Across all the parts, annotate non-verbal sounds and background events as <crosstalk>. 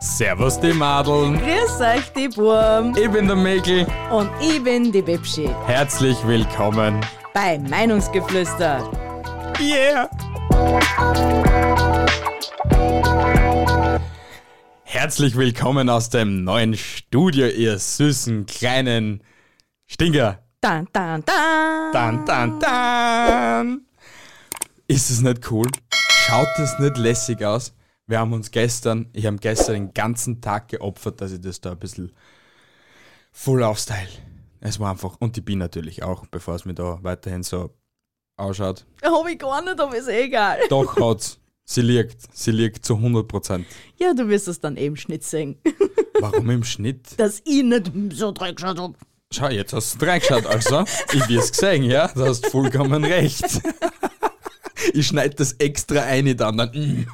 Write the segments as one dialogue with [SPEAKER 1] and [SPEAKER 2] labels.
[SPEAKER 1] Servus die Madeln.
[SPEAKER 2] Grüß euch, die Burm.
[SPEAKER 1] Ich bin der Mäkel.
[SPEAKER 2] Und ich bin die Bibschi.
[SPEAKER 1] Herzlich willkommen.
[SPEAKER 2] Bei Meinungsgeflüster.
[SPEAKER 1] Yeah. Herzlich willkommen aus dem neuen Studio, ihr süßen kleinen Stinker.
[SPEAKER 2] Dan, dan, dan.
[SPEAKER 1] Dan, dan, dan. Ist es nicht cool? Schaut es nicht lässig aus? Wir haben uns gestern, ich habe gestern den ganzen Tag geopfert, dass ich das da ein bisschen full aufstyle. Es war einfach, und die Bi natürlich auch, bevor es mir da weiterhin so ausschaut.
[SPEAKER 2] Hab ich gar nicht, aber ist eh egal.
[SPEAKER 1] Doch hat's. Sie liegt. Sie liegt zu 100%.
[SPEAKER 2] Ja, du wirst es dann eben Schnitt sehen. <laughs>
[SPEAKER 1] Warum im Schnitt?
[SPEAKER 2] Dass ich nicht so dreckschat hab.
[SPEAKER 1] Schau, jetzt hast du reingeschaut, also. Ich wir's gesehen, ja? Du hast vollkommen recht. Ich schneide das extra ein, dann. dann mm.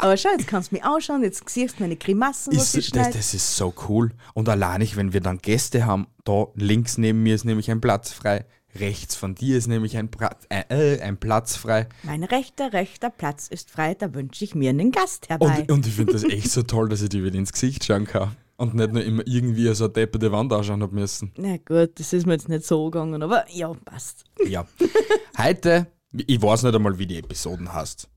[SPEAKER 2] Aber schau, jetzt kannst du mich ausschauen, jetzt siehst du meine Grimassen, was ich
[SPEAKER 1] ist, das,
[SPEAKER 2] schneide.
[SPEAKER 1] das ist so cool. Und allein ich, wenn wir dann Gäste haben, da links neben mir ist nämlich ein Platz frei, rechts von dir ist nämlich ein, pra äh, äh, ein Platz frei.
[SPEAKER 2] Mein rechter, rechter Platz ist frei, da wünsche ich mir einen Gast herbei.
[SPEAKER 1] Und, und ich finde das echt so toll, dass ich dir wieder ins Gesicht schauen kann. Und nicht nur immer irgendwie so eine depperte Wand ausschauen habe müssen.
[SPEAKER 2] Na gut, das ist mir jetzt nicht so gegangen, aber ja, passt.
[SPEAKER 1] Ja. Heute, ich weiß nicht einmal, wie die Episoden hast.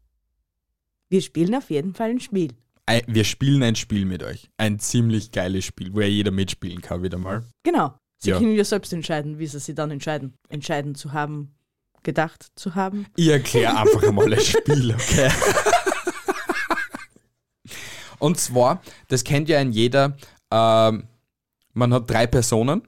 [SPEAKER 2] Wir spielen auf jeden Fall ein Spiel.
[SPEAKER 1] Ei- Wir spielen ein Spiel mit euch. Ein ziemlich geiles Spiel, wo ja jeder mitspielen kann, wieder mal.
[SPEAKER 2] Genau. Sie
[SPEAKER 1] Ja.
[SPEAKER 2] können ja selbst entscheiden, wie sie sich dann entscheiden. Entscheiden zu haben, gedacht zu haben.
[SPEAKER 1] Ich erkläre einfach einmal das Spiel, okay? Und zwar, das kennt ja ein jeder, ähm, man hat drei Personen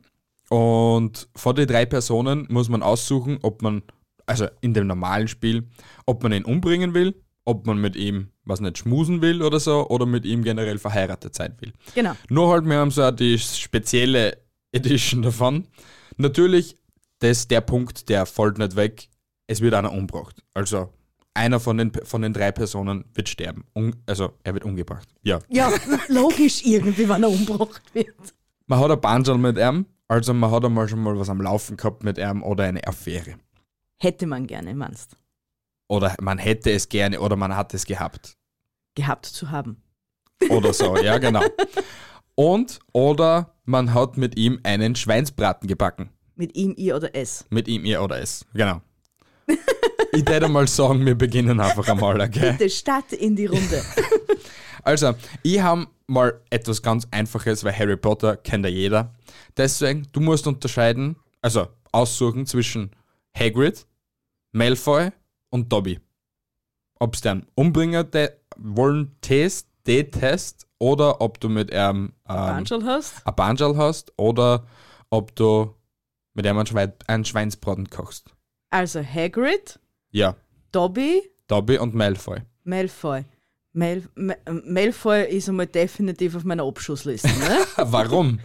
[SPEAKER 1] und vor die drei Personen muss man aussuchen, ob man, also in dem normalen Spiel, ob man ihn umbringen will, ob man mit ihm, was nicht, schmusen will oder so, oder mit ihm generell verheiratet sein will.
[SPEAKER 2] Genau.
[SPEAKER 1] Nur halt, wir haben so die spezielle Edition davon. Natürlich, das ist der Punkt, der fällt nicht weg. Es wird einer umgebracht. Also, einer von den, von den drei Personen wird sterben. Un, also, er wird umgebracht. Ja.
[SPEAKER 2] Ja, <laughs> logisch irgendwie, wenn er umgebracht wird.
[SPEAKER 1] Man hat ein Bandsal mit ihm. Also, man hat einmal schon mal was am Laufen gehabt mit ihm oder eine Affäre.
[SPEAKER 2] Hätte man gerne, meinst
[SPEAKER 1] Oder man hätte es gerne oder man hat es gehabt.
[SPEAKER 2] gehabt zu haben.
[SPEAKER 1] Oder so, ja, genau. Und, oder man hat mit ihm einen Schweinsbraten gebacken.
[SPEAKER 2] Mit ihm, ihr oder es.
[SPEAKER 1] Mit ihm, ihr oder es. Genau. <laughs> ich würde mal sagen, wir beginnen einfach einmal, okay?
[SPEAKER 2] Bitte starte in die Runde.
[SPEAKER 1] Also, ich habe mal etwas ganz Einfaches, weil Harry Potter kennt ja jeder. Deswegen, du musst unterscheiden, also aussuchen zwischen Hagrid, Malfoy und Dobby. Ob es den Umbringer de- wollen, Test, D-Test oder ob du mit einem ähm,
[SPEAKER 2] Banschel hast?
[SPEAKER 1] ein Banjal hast oder ob du mit einem einen Schwein- einen Schweinsbraten kochst.
[SPEAKER 2] Also Hagrid,
[SPEAKER 1] Ja.
[SPEAKER 2] Dobby,
[SPEAKER 1] Dobby und Malfoy. <laughs>
[SPEAKER 2] Malfoy. Mal Ma- Malfoy ist einmal definitiv auf meiner Abschussliste. Ne?
[SPEAKER 1] Warum?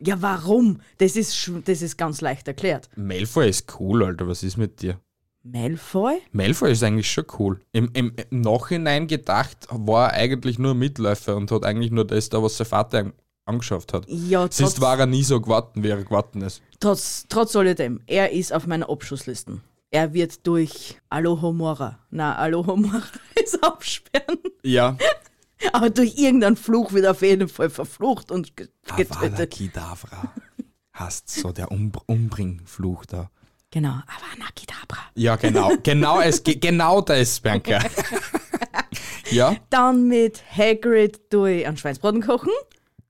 [SPEAKER 2] ja, warum? Das ist, sch- das ist ganz leicht erklärt.
[SPEAKER 1] Malfoy ist cool, Alter. Was ist mit dir?
[SPEAKER 2] Malfoy?
[SPEAKER 1] Malfoy ist eigentlich schon cool. Im, im, im Nachhinein gedacht war er eigentlich nur ein Mitläufer und hat eigentlich nur das da, was sein Vater ihm angeschafft hat.
[SPEAKER 2] Ja,
[SPEAKER 1] Sonst war er nie so geworden, wie er geworden ist.
[SPEAKER 2] Trotz, trotz alledem, er ist auf meiner Abschusslisten. Er wird durch Alohomora, na Alohomora <laughs> ist absperren,
[SPEAKER 1] Ja.
[SPEAKER 2] aber durch irgendeinen Fluch wird er auf jeden Fall verflucht und ge-
[SPEAKER 1] Ah,
[SPEAKER 2] getötet.
[SPEAKER 1] Kedavra. Hast so der Umbr Umbringfluch da.
[SPEAKER 2] Genau, Avana Kedavra.
[SPEAKER 1] Ja, <laughs> genau. Genau, es, ge- genau das, <laughs> Bianca. ja,
[SPEAKER 2] Dann mit Hagrid durch einen Schweinsbraten kochen.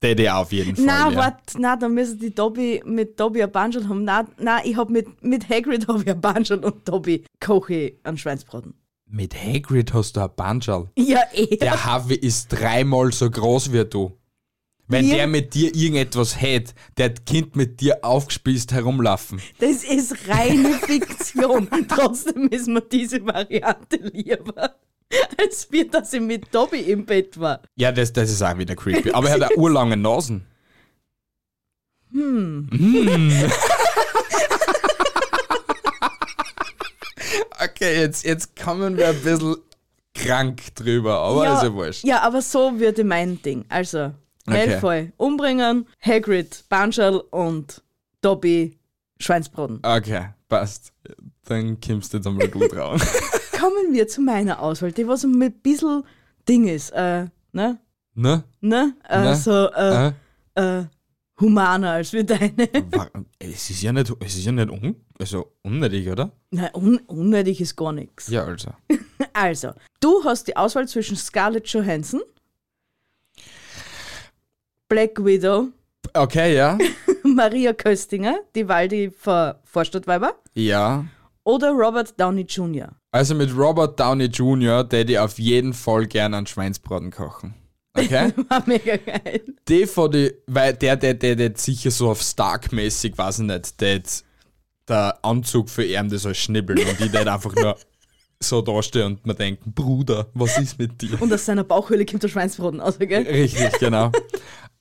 [SPEAKER 1] DDR auf jeden Fall.
[SPEAKER 2] na,
[SPEAKER 1] ja.
[SPEAKER 2] warte, na, dann müssen die Dobby mit Dobby ein Banschel haben. Na, na, ich hab mit, mit Hagrid <laughs> hab ich ein Banschel und Dobby koche ich einen Schweinsbraten.
[SPEAKER 1] Mit Hagrid hast du ein Banjal.
[SPEAKER 2] Ja, eh.
[SPEAKER 1] Der Harvey ist dreimal so groß wie du. Wenn
[SPEAKER 2] Ja.
[SPEAKER 1] der mit dir irgendetwas hätte, der hat Kind mit dir aufgespießt herumlaufen.
[SPEAKER 2] Das ist reine Fiktion. <laughs> Trotzdem ist mir diese Variante lieber, als wir, dass ich mit Dobby im Bett war.
[SPEAKER 1] Ja, das, das ist auch wieder creepy. Aber er hat eine urlange Nasen. Hm. <laughs> okay, jetzt, jetzt kommen wir ein bisschen krank drüber, aber ist ja wurscht.
[SPEAKER 2] ja, aber so würde mein Ding. Also,
[SPEAKER 1] Okay.
[SPEAKER 2] Malfoy umbringen, Hagrid Banschel und Dobby
[SPEAKER 1] <laughs>
[SPEAKER 2] Schweinsbraten.
[SPEAKER 1] Okay, passt. Dann kommst du jetzt einmal gut raus.
[SPEAKER 2] Kommen wir zu meiner Auswahl, die was ein bisschen Ding ist. Äh, ne?
[SPEAKER 1] <laughs> Ne?
[SPEAKER 2] Ne? Also äh,
[SPEAKER 1] Äh?
[SPEAKER 2] äh, humaner als wir deine.
[SPEAKER 1] <laughs> Wa- Es ist ja nicht, es ist ja nicht un, also unnötig, oder?
[SPEAKER 2] Nein, un unnötig ist gar nichts.
[SPEAKER 1] Ja, also.
[SPEAKER 2] Also, du hast die Auswahl zwischen Scarlett Johansson, Black Widow, <laughs>
[SPEAKER 1] Okay, ja.
[SPEAKER 2] Maria Köstinger, die Waldi Vor Vorstadtweiber,
[SPEAKER 1] <laughs> ja.
[SPEAKER 2] oder Robert Downey Jr.
[SPEAKER 1] Also mit Robert Downey Jr., der die auf jeden Fall gern an Schweinsbraten kochen. <laughs> Okay?
[SPEAKER 2] <laughs> War mega geil.
[SPEAKER 1] die von die, weil der, der, der, der sicher so auf Stark-mäßig, weiß ich nicht, der, hat- der Anzug für ihn, der soll schnibbeln und die der einfach nur so dastehen und mir denken, Bruder, was ist mit dir?
[SPEAKER 2] Und aus seiner Bauchhöhle kommt der Schweinsbraten raus, gell?
[SPEAKER 1] Richtig, genau.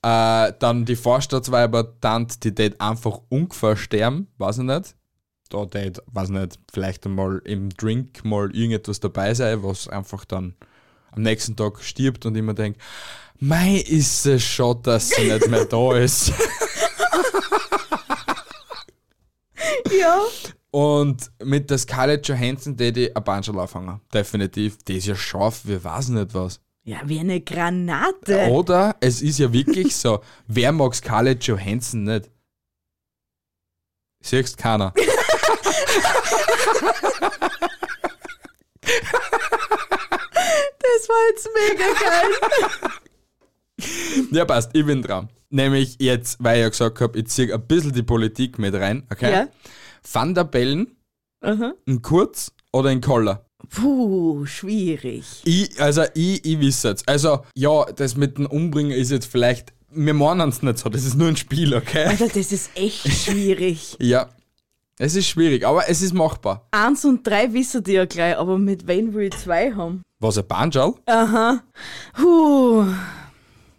[SPEAKER 1] äh, dann die Vorstadtsweiber, Tant, die tät einfach ungefähr sterben, weiß ich nicht. Da tät, weiß ich nicht, vielleicht einmal im Drink mal irgendetwas dabei sein, was einfach dann am nächsten Tag stirbt und immer denkt, mei, ist es schon, dass sie nicht mehr da ist.
[SPEAKER 2] Ja.
[SPEAKER 1] Und mit der Scarlett Johansson tät ich ein Banschel anfangen. Definitiv. Die ist ja scharf, wir weiß nicht was.
[SPEAKER 2] Ja, wie eine Granate.
[SPEAKER 1] Oder es ist ja wirklich so, wer mag Scarlett Johansson nicht? Siehst keiner.
[SPEAKER 2] Das war jetzt mega geil.
[SPEAKER 1] Ja, passt, ich bin dran. Nämlich jetzt, weil ich ja gesagt habe, ich ziehe ein bisschen die Politik mit rein, <laughs> okay?
[SPEAKER 2] Ja.
[SPEAKER 1] Van der Bellen,
[SPEAKER 2] Aha.
[SPEAKER 1] in Kurz oder in Koller?
[SPEAKER 2] Puh, schwierig.
[SPEAKER 1] Ich, also ich, ich wisse jetzt. Also, ja, das mit dem Umbringen ist jetzt vielleicht, wir meinen es nicht so, das ist nur ein Spiel, okay?
[SPEAKER 2] Alter, das ist
[SPEAKER 1] <laughs>
[SPEAKER 2] echt schwierig.
[SPEAKER 1] Ja. Es ist schwierig, aber es ist machbar.
[SPEAKER 2] Eins und drei wissen die ja gleich, aber mit wem will ich zwei haben?
[SPEAKER 1] Was, ein Banjal?
[SPEAKER 2] Puh.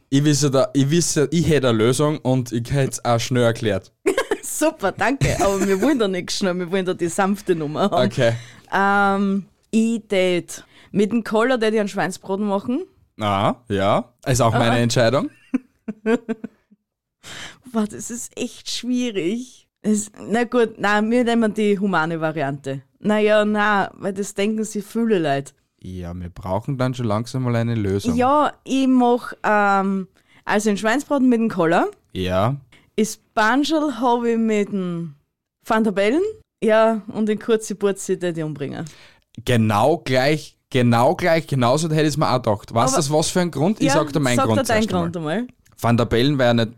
[SPEAKER 1] Ich wisse da, ich wisse, ich hätte eine Lösung und ich hätte es auch schnell erklärt.
[SPEAKER 2] Super, danke. Aber wir wollen da nicht schnell, wir wollen da die sanfte Nummer haben.
[SPEAKER 1] Okay.
[SPEAKER 2] Ähm, ich tät mit dem Koller tät ich einen Schweinsbraten machen.
[SPEAKER 1] Ah, ja. Ist auch meine Entscheidung.
[SPEAKER 2] Boah, das ist echt schwierig. Es- na gut, na, wir nehmen die humane Variante. Naja, na, weil das denken sich viele Leute.
[SPEAKER 1] Ja, wir brauchen dann schon langsam mal eine Lösung.
[SPEAKER 2] Ja, ich mach ähm, also einen Schweinsbraten mit dem Koller.
[SPEAKER 1] Ja.
[SPEAKER 2] Ist Banschel habe ich mit dem Van der Bellen. Ja, und den kurzen Burzi tät ich umbringen.
[SPEAKER 1] Genau gleich, genau gleich, genauso hätte ich es mir auch gedacht. Weißt du,
[SPEAKER 2] Aber-
[SPEAKER 1] das was für ein Grund? Ich
[SPEAKER 2] ja,
[SPEAKER 1] sag dir meinen
[SPEAKER 2] sag
[SPEAKER 1] Grund.
[SPEAKER 2] dir deinen
[SPEAKER 1] zuerst einmal.
[SPEAKER 2] Grund einmal.
[SPEAKER 1] Van der Bellen wäre nicht.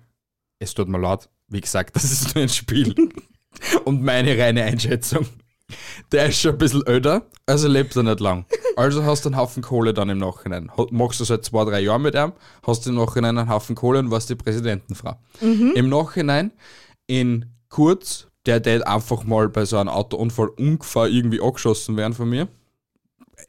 [SPEAKER 1] Es tut mir leid, wie gesagt, <laughs> das ist nur ein Spiel. Und meine reine Einschätzung. Der ist schon ein bisschen öder, also lebt er nicht lang. Also hast du einen Haufen Kohle dann im Nachhinein. Ho- Machst du seit zwei, drei Jahren mit ihm, hast im Nachhinein einen Haufen Kohle und warst die Präsidentenfrau. Im Nachhinein in Kurz, der tät einfach mal bei so einem Autounfall ungefähr irgendwie angeschossen werden von mir.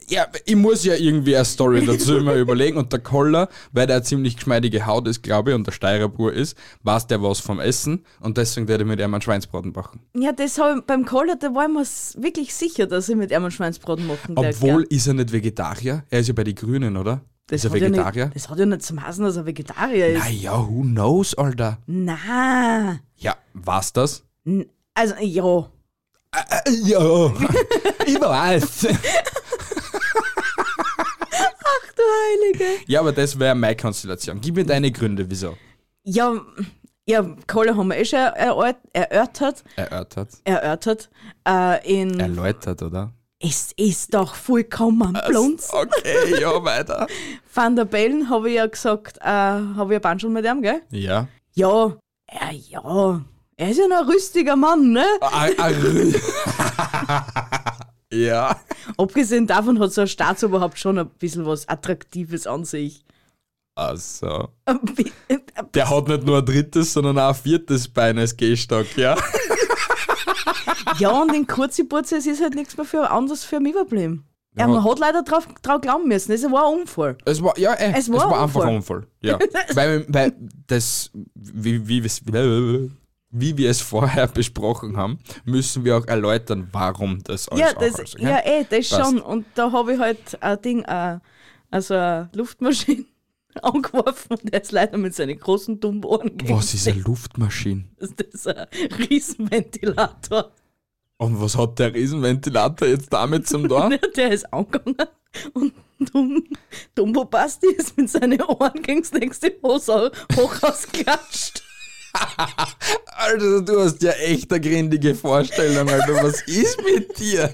[SPEAKER 1] Ja, ich muss ja irgendwie eine Story dazu immer überlegen. Und der Koller, weil der eine ziemlich geschmeidige Haut ist, glaube ich, und der Steirerbur ist, weiß der was vom Essen und deswegen werde ich mit ihm einen Schweinsbraten machen.
[SPEAKER 2] Ja, das hab ich, beim Koller, da war ich mir s- wirklich sicher, dass ich mit ihm einen Schweinsbraten machen tät,
[SPEAKER 1] Obwohl
[SPEAKER 2] gell.
[SPEAKER 1] ist er nicht Vegetarier, er ist ja bei den Grünen, oder? ist
[SPEAKER 2] das
[SPEAKER 1] er
[SPEAKER 2] hat ja
[SPEAKER 1] Vegetarier?
[SPEAKER 2] Nicht, das hat ja nicht zum Hasen, dass er Vegetarier ist.
[SPEAKER 1] Naja, who knows, Alter?
[SPEAKER 2] Na,
[SPEAKER 1] Ja, was das?
[SPEAKER 2] N- also ja.
[SPEAKER 1] Äh, Ja, <laughs> ich weiß.
[SPEAKER 2] Du Heilige.
[SPEAKER 1] Ja, aber das wäre meine Konstellation. Gib mir deine Gründe, wieso.
[SPEAKER 2] Ja, ja, Koller haben wir eh schon erört, erörtert.
[SPEAKER 1] Erörtert.
[SPEAKER 2] Erörtert. Äh, in,
[SPEAKER 1] Erläutert, oder?
[SPEAKER 2] es ist doch vollkommen blunz.
[SPEAKER 1] Okay, ja, weiter.
[SPEAKER 2] Van der Bellen habe ich ja gesagt, äh, habe ich ein Banschel mit ihm, gell?
[SPEAKER 1] Ja.
[SPEAKER 2] Ja, ja, ja. Er ist ja noch ein rüstiger Mann, ne?
[SPEAKER 1] Ah, ah, rü- <laughs> ja.
[SPEAKER 2] Abgesehen davon hat so ein Staatsoberhaupt schon ein bisschen was Attraktives an <laughs> sich.
[SPEAKER 1] Also.
[SPEAKER 2] Ein bi-
[SPEAKER 1] Der hat nicht nur ein drittes, sondern auch ein viertes Bein als Gehstock, ja?
[SPEAKER 2] Ja, und in Kurzipurze, es ist halt nichts mehr für anders für mich überblieben. Ja, man hat leider drauf, drauf glauben müssen. Es war ein Unfall.
[SPEAKER 1] Es war, ja, eh,
[SPEAKER 2] Es war ein
[SPEAKER 1] einfach ein
[SPEAKER 2] Unfall.
[SPEAKER 1] Unfall.
[SPEAKER 2] <laughs>
[SPEAKER 1] Ja. weil, weil das, wie, wie, wir's- wie wir es vorher besprochen haben, müssen wir auch erläutern, warum das alles
[SPEAKER 2] Ja,
[SPEAKER 1] auch
[SPEAKER 2] das,
[SPEAKER 1] alles, okay?
[SPEAKER 2] ja, eh, das
[SPEAKER 1] Passt.
[SPEAKER 2] schon. Und da habe ich halt ein Ding, äh, also eine Luftmaschine <laughs> angeworfen und er ist leider mit seinen großen dummen Ohren gegangen.
[SPEAKER 1] Was ist eine Luftmaschine?
[SPEAKER 2] Das ist ein Riesenventilator.
[SPEAKER 1] Und was hat der Riesenventilator jetzt damit zum Tor?
[SPEAKER 2] <laughs> Der ist angegangen. Und Dum Dumbo Basti ist mit seinen Ohren gegens nächste Hose Hochhaus
[SPEAKER 1] <laughs>
[SPEAKER 2] klatscht.
[SPEAKER 1] Alter, Also, du hast ja echt eine gründige Vorstellung, Alter. Was ist mit dir?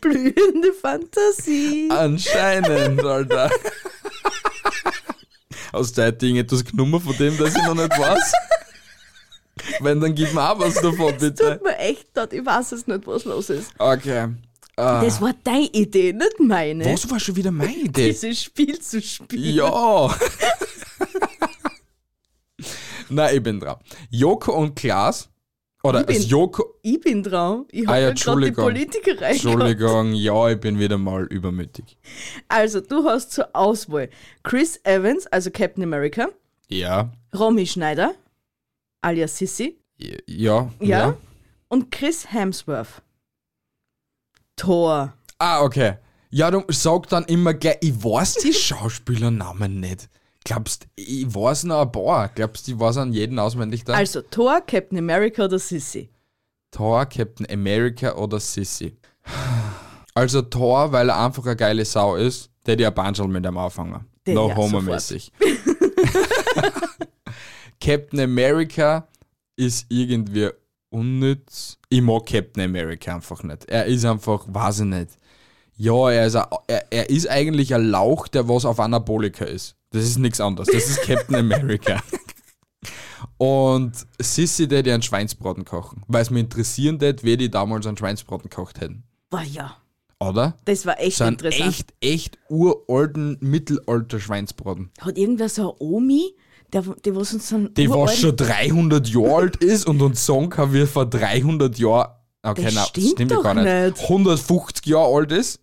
[SPEAKER 2] Blühende Fantasie.
[SPEAKER 1] Anscheinend, Alter. Hast du heute irgendetwas genommen von dem, dass ich noch nicht weiß? Wenn, dann gib mir auch was davon, bitte.
[SPEAKER 2] Tut mir echt leid, ich weiß es nicht, was los ist.
[SPEAKER 1] Okay. Ah.
[SPEAKER 2] Das war deine Idee, nicht meine.
[SPEAKER 1] Was war schon wieder meine Idee?
[SPEAKER 2] Dieses Spiel zu spielen.
[SPEAKER 1] Ja. Na, ich bin dran. Joko und Klaas. Oder
[SPEAKER 2] Ich bin-
[SPEAKER 1] ist Joko.
[SPEAKER 2] Ich bin dran. Ich habe
[SPEAKER 1] Ah ja,
[SPEAKER 2] ja, gerade die
[SPEAKER 1] Entschuldigung.
[SPEAKER 2] Politiker reingekommen.
[SPEAKER 1] Entschuldigung, ja, ich bin wieder mal übermütig.
[SPEAKER 2] Also, du hast zur Auswahl Chris Evans, also Captain America,
[SPEAKER 1] Ja.
[SPEAKER 2] Romy Schneider, alias Sissy,
[SPEAKER 1] Ja. Ja.
[SPEAKER 2] ja, und Chris Hemsworth. Thor.
[SPEAKER 1] Ah, okay. Ja, du sagst dann immer gleich, ich weiß die Schauspielernamen nicht. Glaubst, ich weiß noch ein paar. Glaubst, ich weiß an jeden auswendig da?
[SPEAKER 2] Also, Thor, Captain America oder Sissy?
[SPEAKER 1] Thor, Captain America oder Sissy? Also Thor, weil er einfach eine geile Sau ist, der die ein Banschel mit dem anfangen.
[SPEAKER 2] Den
[SPEAKER 1] no
[SPEAKER 2] ja,
[SPEAKER 1] homo-mäßig. <laughs> Captain America ist irgendwie unnütz. Ich mag Captain America einfach nicht. Er ist einfach, weiß ich nicht. Ja, er ist, ein, er, er ist eigentlich ein Lauch, der was auf Anabolika ist. Das ist nichts anderes. Das ist Captain America. Und Sissy, der die einen Schweinsbraten kochen. Weil es mich interessieren tät, wer die damals einen Schweinsbraten gekocht hätten.
[SPEAKER 2] Boah, ja,
[SPEAKER 1] Oder?
[SPEAKER 2] das war echt
[SPEAKER 1] So einen
[SPEAKER 2] interessant.
[SPEAKER 1] echt, echt uralten Mittelalter-Schweinsbraten.
[SPEAKER 2] Hat irgendwer so eine Omi, der, die was uns so einen
[SPEAKER 1] Die was
[SPEAKER 2] uralten-
[SPEAKER 1] schon 300 Jahre alt ist und uns sagen kann, wie er vor 300 Jahren. ah, Okay,
[SPEAKER 2] Das
[SPEAKER 1] nein,
[SPEAKER 2] stimmt
[SPEAKER 1] ja
[SPEAKER 2] doch
[SPEAKER 1] gar nicht.
[SPEAKER 2] nicht.
[SPEAKER 1] 150 Jahre alt ist.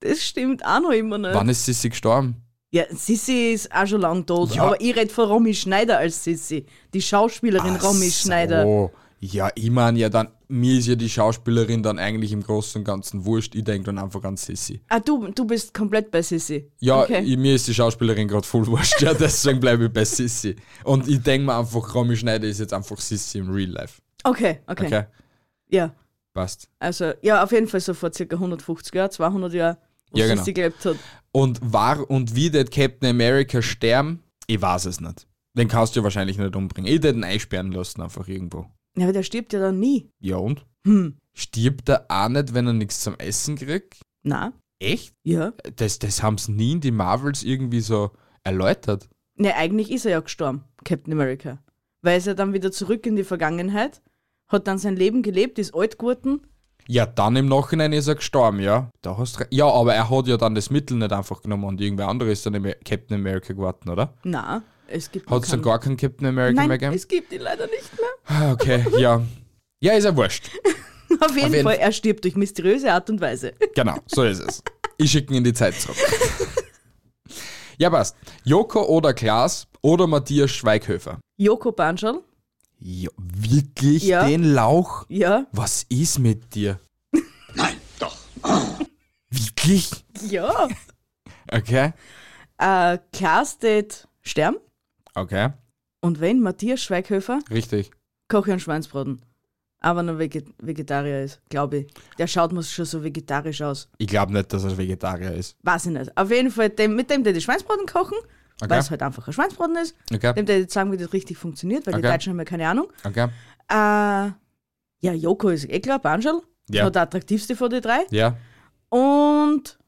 [SPEAKER 2] Das stimmt auch noch immer nicht.
[SPEAKER 1] Wann ist Sissi gestorben?
[SPEAKER 2] Ja, Sissi ist auch schon lang tot,
[SPEAKER 1] Ja.
[SPEAKER 2] aber ich rede von Romy Schneider als Sissi. Die Schauspielerin Romy Schneider.
[SPEAKER 1] Oh, Ah, ja, ich meine ja dann, mir ist ja die Schauspielerin dann eigentlich im Großen und Ganzen wurscht. Ich denke dann einfach an Sissi.
[SPEAKER 2] Ah, du, du bist komplett bei Sissi.
[SPEAKER 1] Ja,
[SPEAKER 2] okay.
[SPEAKER 1] ich, mir ist die Schauspielerin gerade voll wurscht, ja, deswegen bleibe ich bei Sissi. Und ich denke mir einfach, Romy Schneider ist jetzt einfach Sissi im Real Life.
[SPEAKER 2] okay, okay,
[SPEAKER 1] Okay?
[SPEAKER 2] Ja,
[SPEAKER 1] Passt.
[SPEAKER 2] also, ja, auf jeden Fall so vor circa 150 Jahren, 200 Jahren, wo
[SPEAKER 1] Ja, genau.
[SPEAKER 2] Sissi gelebt hat.
[SPEAKER 1] Und war und wie der Captain America sterben, ich weiß es nicht. Den kannst du ja wahrscheinlich nicht umbringen. Ich hätte den einsperren lassen, einfach irgendwo.
[SPEAKER 2] Ja, aber der stirbt ja dann nie.
[SPEAKER 1] Ja und?
[SPEAKER 2] Hm,
[SPEAKER 1] Stirbt er auch nicht, wenn er nichts zum Essen kriegt?
[SPEAKER 2] na,
[SPEAKER 1] Echt?
[SPEAKER 2] ja.
[SPEAKER 1] Das, das haben sie nie in die Marvels irgendwie so erläutert.
[SPEAKER 2] Ne, eigentlich ist er ja gestorben, Captain America. Weil er ist ja dann wieder zurück in die Vergangenheit, hat dann sein Leben gelebt, ist alt geworden.
[SPEAKER 1] Ja, dann im Nachhinein ist er gestorben, ja. Da hast re- ja, aber er hat ja dann das Mittel nicht einfach genommen und irgendwer andere ist dann Amer- Captain America geworden, oder?
[SPEAKER 2] Na, es gibt
[SPEAKER 1] Hat es dann
[SPEAKER 2] keinen-
[SPEAKER 1] gar keinen Captain America
[SPEAKER 2] Nein,
[SPEAKER 1] mehr gegeben?
[SPEAKER 2] es gibt ihn leider nicht mehr. <laughs>
[SPEAKER 1] Ah, Okay, ja. Ja, ist ja wurscht.
[SPEAKER 2] Auf jeden,
[SPEAKER 1] jeden
[SPEAKER 2] Fall, er stirbt durch mysteriöse Art und Weise. <laughs>
[SPEAKER 1] Genau, so ist es. Ich schicke ihn in die Zeit zurück. Ja, passt. Joko oder Klaas oder Matthias Schweighöfer?
[SPEAKER 2] Joko Banschal,
[SPEAKER 1] Ja, wirklich
[SPEAKER 2] Ja.
[SPEAKER 1] den Lauch?
[SPEAKER 2] ja.
[SPEAKER 1] <laughs> Was ist mit dir? Nein, doch. Wirklich?
[SPEAKER 2] Ja.
[SPEAKER 1] Okay.
[SPEAKER 2] äh, Klaas tät sterben.
[SPEAKER 1] Okay,
[SPEAKER 2] Und wenn Matthias Schweighöfer,
[SPEAKER 1] richtig.
[SPEAKER 2] koche ich einen Schweinsbraten. Aber nur Veget Vegetarier ist, glaube ich. Der schaut mir schon so vegetarisch aus.
[SPEAKER 1] Ich glaube nicht, dass er Vegetarier ist.
[SPEAKER 2] Weiß ich nicht. Auf jeden Fall, dem, mit dem, der die Schweinsbraten kochen, weil
[SPEAKER 1] Okay,
[SPEAKER 2] es halt einfach ein Schweinsbraten ist.
[SPEAKER 1] okay,
[SPEAKER 2] Dem, der jetzt sagen, wie das richtig funktioniert, weil die
[SPEAKER 1] Okay.
[SPEAKER 2] Deutschen haben ja keine Ahnung.
[SPEAKER 1] okay.
[SPEAKER 2] Äh, ja, Joko ist eh klar, Banschal.
[SPEAKER 1] Ja.
[SPEAKER 2] Noch der attraktivste von den drei.
[SPEAKER 1] Ja,
[SPEAKER 2] Und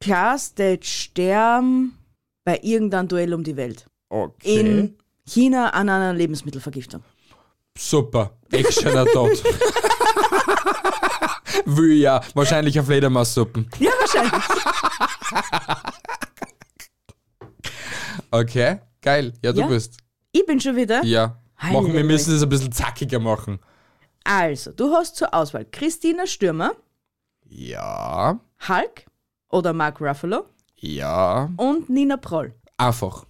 [SPEAKER 2] Klaas tät sterben bei irgendeinem Duell um die Welt.
[SPEAKER 1] okay.
[SPEAKER 2] In China an einer Lebensmittelvergiftung.
[SPEAKER 1] Super, Actioner tot. <laughs> Will ja, wahrscheinlich auf Fledermaussuppen.
[SPEAKER 2] Ja,
[SPEAKER 1] <laughs>
[SPEAKER 2] wahrscheinlich.
[SPEAKER 1] Okay, geil. Ja, du
[SPEAKER 2] Ja.
[SPEAKER 1] bist.
[SPEAKER 2] ich bin schon wieder.
[SPEAKER 1] Ja.
[SPEAKER 2] Heilige
[SPEAKER 1] Machen, wir
[SPEAKER 2] Welt.
[SPEAKER 1] müssen das ein bisschen zackiger machen.
[SPEAKER 2] Also, du hast zur Auswahl Christina Stürmer,
[SPEAKER 1] Ja,
[SPEAKER 2] Hulk oder Mark Ruffalo
[SPEAKER 1] ja.
[SPEAKER 2] und Nina Proll.
[SPEAKER 1] Einfach.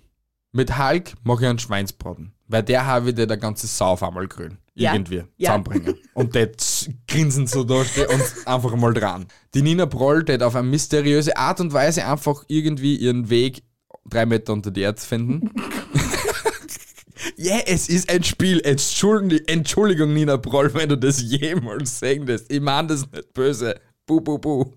[SPEAKER 1] Mit Hulk mache ich einen Schweinsbraten. Weil der habe ich dir der ganze Sau auf einmal grün.
[SPEAKER 2] Ja.
[SPEAKER 1] Irgendwie.
[SPEAKER 2] Ja.
[SPEAKER 1] Zusammenbringen. Und der z- grinsen so da steht und einfach mal dran. Die Nina Proll tät auf eine mysteriöse Art und Weise einfach irgendwie ihren Weg drei Meter unter die Erde
[SPEAKER 2] <laughs>
[SPEAKER 1] finden. Ja, es ist ein Spiel. Entschuldigung, Entschuldigung, Nina Proll, wenn du das jemals sehen lässt. Ich meine das nicht böse. Bu, bu, bu.
[SPEAKER 2] Bu,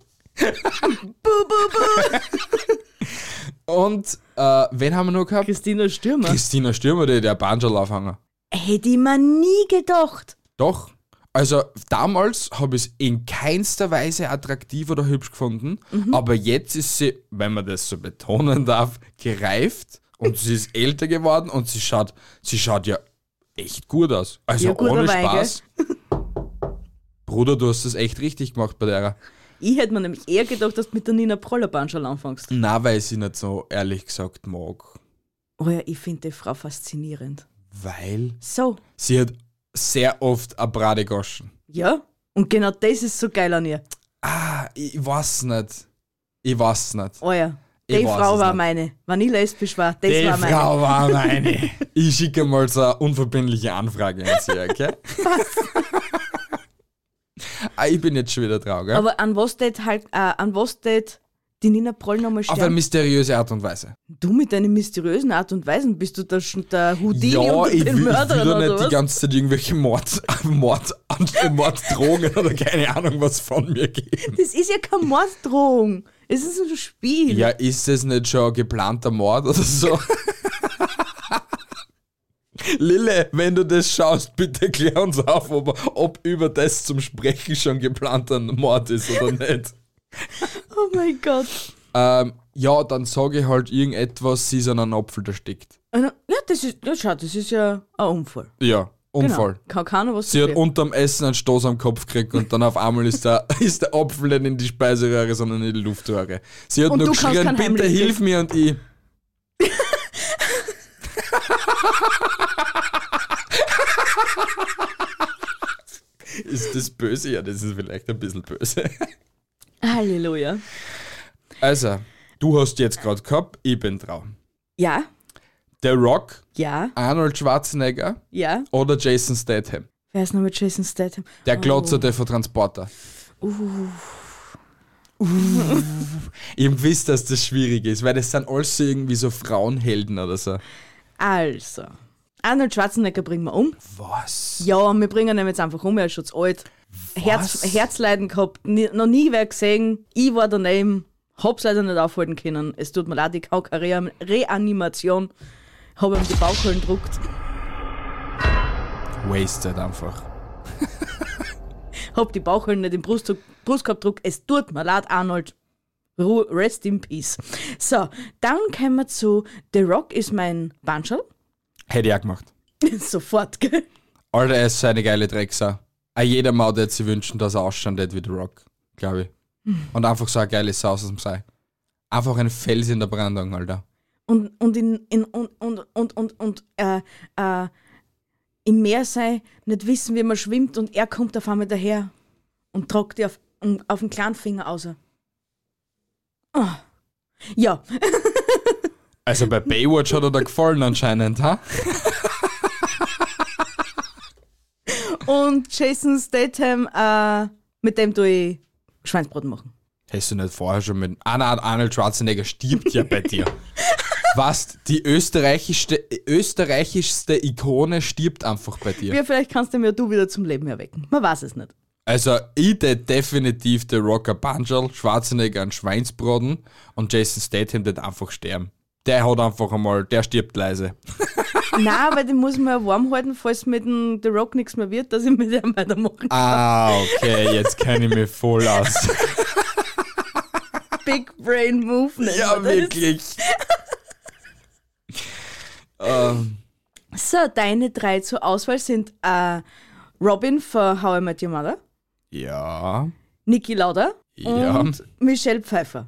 [SPEAKER 2] bu, bu.
[SPEAKER 1] <laughs> Und äh, wen haben wir noch gehabt?
[SPEAKER 2] Christina Stürmer.
[SPEAKER 1] Christina Stürmer, die der Banjo-Laufhanger.
[SPEAKER 2] Hätte ich mir nie gedacht.
[SPEAKER 1] Doch. Also damals habe ich es in keinster Weise attraktiv oder hübsch gefunden,
[SPEAKER 2] Mhm.
[SPEAKER 1] aber jetzt ist sie, wenn man das so betonen darf, gereift und sie ist älter geworden und sie schaut, sie schaut ja echt gut aus. Also
[SPEAKER 2] Ja, guter
[SPEAKER 1] ohne
[SPEAKER 2] Wein, gell?
[SPEAKER 1] Spaß. Bruder, du hast das echt richtig gemacht bei der.
[SPEAKER 2] Ich hätte mir nämlich eher gedacht, dass du mit der Nina Prollerbahn schon anfängst.
[SPEAKER 1] Na, weil ich sie nicht so ehrlich gesagt mag,
[SPEAKER 2] Oh ja, ich finde die Frau faszinierend.
[SPEAKER 1] weil
[SPEAKER 2] So,
[SPEAKER 1] sie hat sehr oft eine Brade goschen.
[SPEAKER 2] ja. Und genau das ist so geil an ihr.
[SPEAKER 1] Ah, ich weiß nicht. Ich weiß nicht.
[SPEAKER 2] Oh ja. Die
[SPEAKER 1] Ich weiß
[SPEAKER 2] Frau
[SPEAKER 1] es
[SPEAKER 2] war
[SPEAKER 1] nicht.
[SPEAKER 2] meine. Wenn ich lesbisch war, das
[SPEAKER 1] Die
[SPEAKER 2] war meine.
[SPEAKER 1] Frau war
[SPEAKER 2] <laughs>
[SPEAKER 1] meine. Ich schicke mal so eine unverbindliche Anfrage an sie, okay? <laughs> ah, ich bin jetzt schon wieder traurig. gell?
[SPEAKER 2] Aber an was tät halt, äh, an was tät die Nina Proll nochmal
[SPEAKER 1] Auf eine
[SPEAKER 2] sterben?
[SPEAKER 1] mysteriöse Art und Weise.
[SPEAKER 2] Du mit deinen mysteriösen Art und Weisen bist du da schon der Houdini
[SPEAKER 1] ja,
[SPEAKER 2] unter
[SPEAKER 1] ich
[SPEAKER 2] den
[SPEAKER 1] will, ich will
[SPEAKER 2] Mördern
[SPEAKER 1] doch
[SPEAKER 2] oder
[SPEAKER 1] nicht die
[SPEAKER 2] was?
[SPEAKER 1] ganze Zeit irgendwelche Mord, <laughs> Mord, Morddrohungen oder keine Ahnung was von mir geben.
[SPEAKER 2] das ist ja keine Morddrohung. Es ist ein Spiel.
[SPEAKER 1] Ja, ist das nicht schon ein geplanter Mord oder
[SPEAKER 2] <laughs>
[SPEAKER 1] so? Lille, wenn du das schaust, bitte klär uns auf, ob, ob über das zum Sprechen schon geplanter Mord ist
[SPEAKER 2] <laughs>
[SPEAKER 1] oder nicht.
[SPEAKER 2] Oh mein Gott.
[SPEAKER 1] Ähm, ja, dann sage ich halt irgendetwas, sie ist an einem Apfel erstickt.
[SPEAKER 2] Ah, Ja, das ist, ja, schau, das ist ja ein Unfall.
[SPEAKER 1] Ja, Unfall.
[SPEAKER 2] Genau. Kann keiner was
[SPEAKER 1] Sie hat
[SPEAKER 2] dafür.
[SPEAKER 1] unterm Essen einen Stoß am Kopf gekriegt und dann auf einmal ist der, <laughs> ist der Apfel nicht in die Speiseröhre, sondern in die Luftröhre. Sie hat
[SPEAKER 2] Und
[SPEAKER 1] nur
[SPEAKER 2] du kannst
[SPEAKER 1] geschrien,
[SPEAKER 2] kein
[SPEAKER 1] bitte
[SPEAKER 2] Heimlich
[SPEAKER 1] hilf mir und
[SPEAKER 2] <laughs>
[SPEAKER 1] ich. ist das böse? Ja, das ist vielleicht ein bisschen böse.
[SPEAKER 2] Halleluja.
[SPEAKER 1] Also, du hast jetzt gerade gehabt, ich bin dran.
[SPEAKER 2] Ja,
[SPEAKER 1] The Rock,
[SPEAKER 2] ja,
[SPEAKER 1] Arnold Schwarzenegger
[SPEAKER 2] ja.
[SPEAKER 1] oder Jason Statham.
[SPEAKER 2] Wer ist noch mit Jason Statham?
[SPEAKER 1] Der Glotzerte von Transporter. Ich hab gewusst, dass das schwierig ist, weil das sind alles so irgendwie so Frauenhelden oder so.
[SPEAKER 2] Also, Arnold Schwarzenegger bringen wir um.
[SPEAKER 1] Was?
[SPEAKER 2] Ja, wir bringen ihn jetzt einfach um, er ist schon zu alt. Herz, Herzleiden gehabt, ni- noch nie wer gesehen. Ich war daneben, hab's leider nicht aufhalten können. Es tut mir leid, ich hau keine Rea- Reanimation. Habe ihm die Bauchhöhlen gedruckt,
[SPEAKER 1] Wasted einfach.
[SPEAKER 2] hab die Bauchhöhlen nicht im Brustdruck, Brustkorb gedruckt. Es tut mir leid, Arnold. Ruhe, rest in peace. So, dann kommen wir zu The Rock ist mein Banschel.
[SPEAKER 1] Hätte ich auch gemacht.
[SPEAKER 2] <laughs> Sofort, gell?
[SPEAKER 1] Alter, er ist so eine geile Drecksau. Auch jeder Mann hätte sich wünschen, dass er ausschaut wie The Rock, glaube ich. Und einfach so eine geile Sau aus dem Sei. Einfach ein Fels in der Brandung, Alter.
[SPEAKER 2] und, und, in, in, und, und, und, und, und äh, äh, im Meer sei, nicht wissen, wie man schwimmt und er kommt auf einmal daher und tragt die auf, um, auf den kleinen Finger aus. Oh. Ja,
[SPEAKER 1] Also bei Baywatch hat er da gefallen anscheinend, ha?
[SPEAKER 2] und Jason Statham, äh, mit dem tue ich Schweinsbrot machen.
[SPEAKER 1] Hast du nicht vorher schon mit. Ah, nein, Arnold Schwarzenegger stirbt ja bei dir. Was? Die österreichischste, österreichischste Ikone stirbt einfach bei dir.
[SPEAKER 2] Ja, vielleicht kannst du mir du wieder zum Leben erwecken. Man weiß es nicht.
[SPEAKER 1] <laughs> Also, ich tät definitiv der Rocker Banjal, Schwarzenegger ein Schweinsbraten und Jason Statham tät einfach sterben. Der hat einfach einmal, der stirbt leise.
[SPEAKER 2] Nein, weil den muss man ja warm halten, falls mit dem The Rock nichts mehr wird, dass ich mit dem weitermachen
[SPEAKER 1] Ah, okay, jetzt kenne ich mich voll aus.
[SPEAKER 2] Big Brain Move. nennt
[SPEAKER 1] Ah. ja,
[SPEAKER 2] man das.
[SPEAKER 1] wirklich. ähm,
[SPEAKER 2] So, deine drei zur Auswahl sind äh, Robin von How I Met Your Mother,
[SPEAKER 1] ja.
[SPEAKER 2] Niki Lauda
[SPEAKER 1] Ja.
[SPEAKER 2] und Michelle Pfeiffer,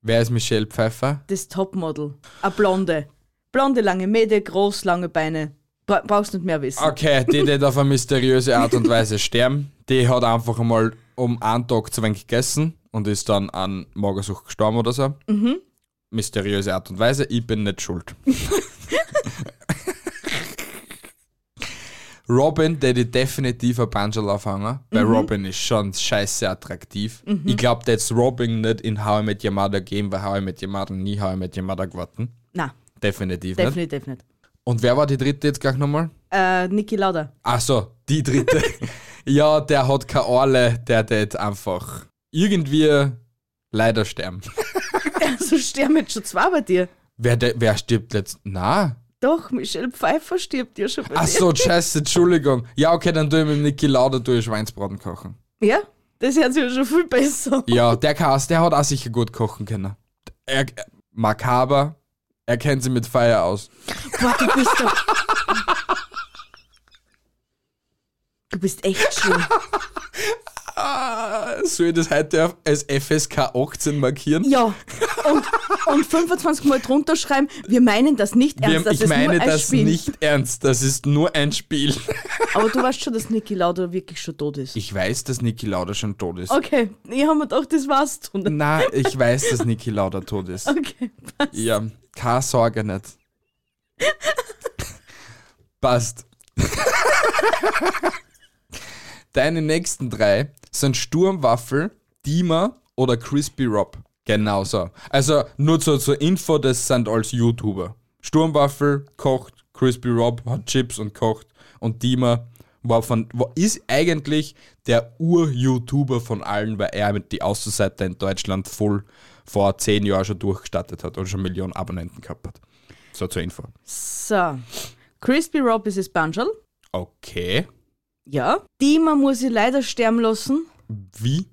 [SPEAKER 1] Wer ist Michelle Pfeiffer?
[SPEAKER 2] das Topmodel. Eine Blonde. Blonde, lange Mäde, groß, lange Beine. Bra brauchst nicht mehr wissen.
[SPEAKER 1] Okay, die, die auf eine mysteriöse Art und Weise sterben, die hat einfach einmal um einen Tag zu wenig gegessen und ist dann an Magersucht gestorben oder so. Mysteriöse Art und Weise, ich bin nicht schuld. Robin, der die definitiv ein Banjal-Aufhänger, weil Robin ist schon scheiße attraktiv. Ich glaube, der hätte Robin nicht in How I Met Your Mother geben, weil How I Met Your Mother nie How I Met Your Mother geworden.
[SPEAKER 2] Nein,
[SPEAKER 1] Definitiv nicht.
[SPEAKER 2] definitiv nicht.
[SPEAKER 1] Und wer war die dritte jetzt gleich nochmal?
[SPEAKER 2] Äh, Niki Lauda. <laughs>
[SPEAKER 1] Ach so, die dritte. ja, der hat keine Orle, der tät einfach. irgendwie leider sterben.
[SPEAKER 2] Also sterben jetzt schon zwei bei dir.
[SPEAKER 1] Wer, de, wer stirbt letzt? Na?
[SPEAKER 2] Doch, Michelle Pfeiffer stirbt ja schon bei
[SPEAKER 1] Ach
[SPEAKER 2] dir. <laughs>
[SPEAKER 1] so, scheiße, Entschuldigung. Ja, okay, dann tue ich mit Niki Lauda tue ich Schweinsbraten kochen.
[SPEAKER 2] Ja, das hört sich ja schon viel besser.
[SPEAKER 1] Ja, der Cast, der hat auch sicher gut kochen können. Er, makaber, er kennt sie mit Feier aus.
[SPEAKER 2] Boah, du bist doch... Du bist echt schön.
[SPEAKER 1] Ah, Soll ich das heute auf- als FSK 18 markieren?
[SPEAKER 2] Ja, und, und 25 Mal drunter schreiben, wir meinen das nicht
[SPEAKER 1] Wir-
[SPEAKER 2] ernst, das
[SPEAKER 1] ich
[SPEAKER 2] ist
[SPEAKER 1] meine
[SPEAKER 2] nur ein
[SPEAKER 1] das
[SPEAKER 2] Spiel.
[SPEAKER 1] nicht ernst, das ist nur ein Spiel.
[SPEAKER 2] Aber du weißt schon, dass Niki Lauda wirklich schon tot ist.
[SPEAKER 1] Ich weiß, dass Niki Lauda schon tot ist.
[SPEAKER 2] Okay, ich habe mir gedacht, das war's. Drunter.
[SPEAKER 1] <laughs> Na, ich weiß, dass Niki Lauda tot
[SPEAKER 2] <laughs>
[SPEAKER 1] ist.
[SPEAKER 2] Okay, passt.
[SPEAKER 1] Ja, keine Sorge nicht. Passt. Deine nächsten drei sind Sturmwaffel, Dima oder Crispy Rob. Genau so. Also nur zur, zur Info, das sind als YouTuber. Sturmwaffel kocht, Crispy Rob hat Chips und kocht und Dima war von, war, ist eigentlich der Ur-YouTuber von allen, weil er mit die Außenseite in Deutschland voll vor zehn Jahren schon durchgestartet hat und schon Millionen Abonnenten gehabt hat. So zur Info.
[SPEAKER 2] So, Crispy Rob ist das Banschel.
[SPEAKER 1] Okay.
[SPEAKER 2] Ja. Dima muss ich leider sterben lassen. Mm,
[SPEAKER 1] Wie?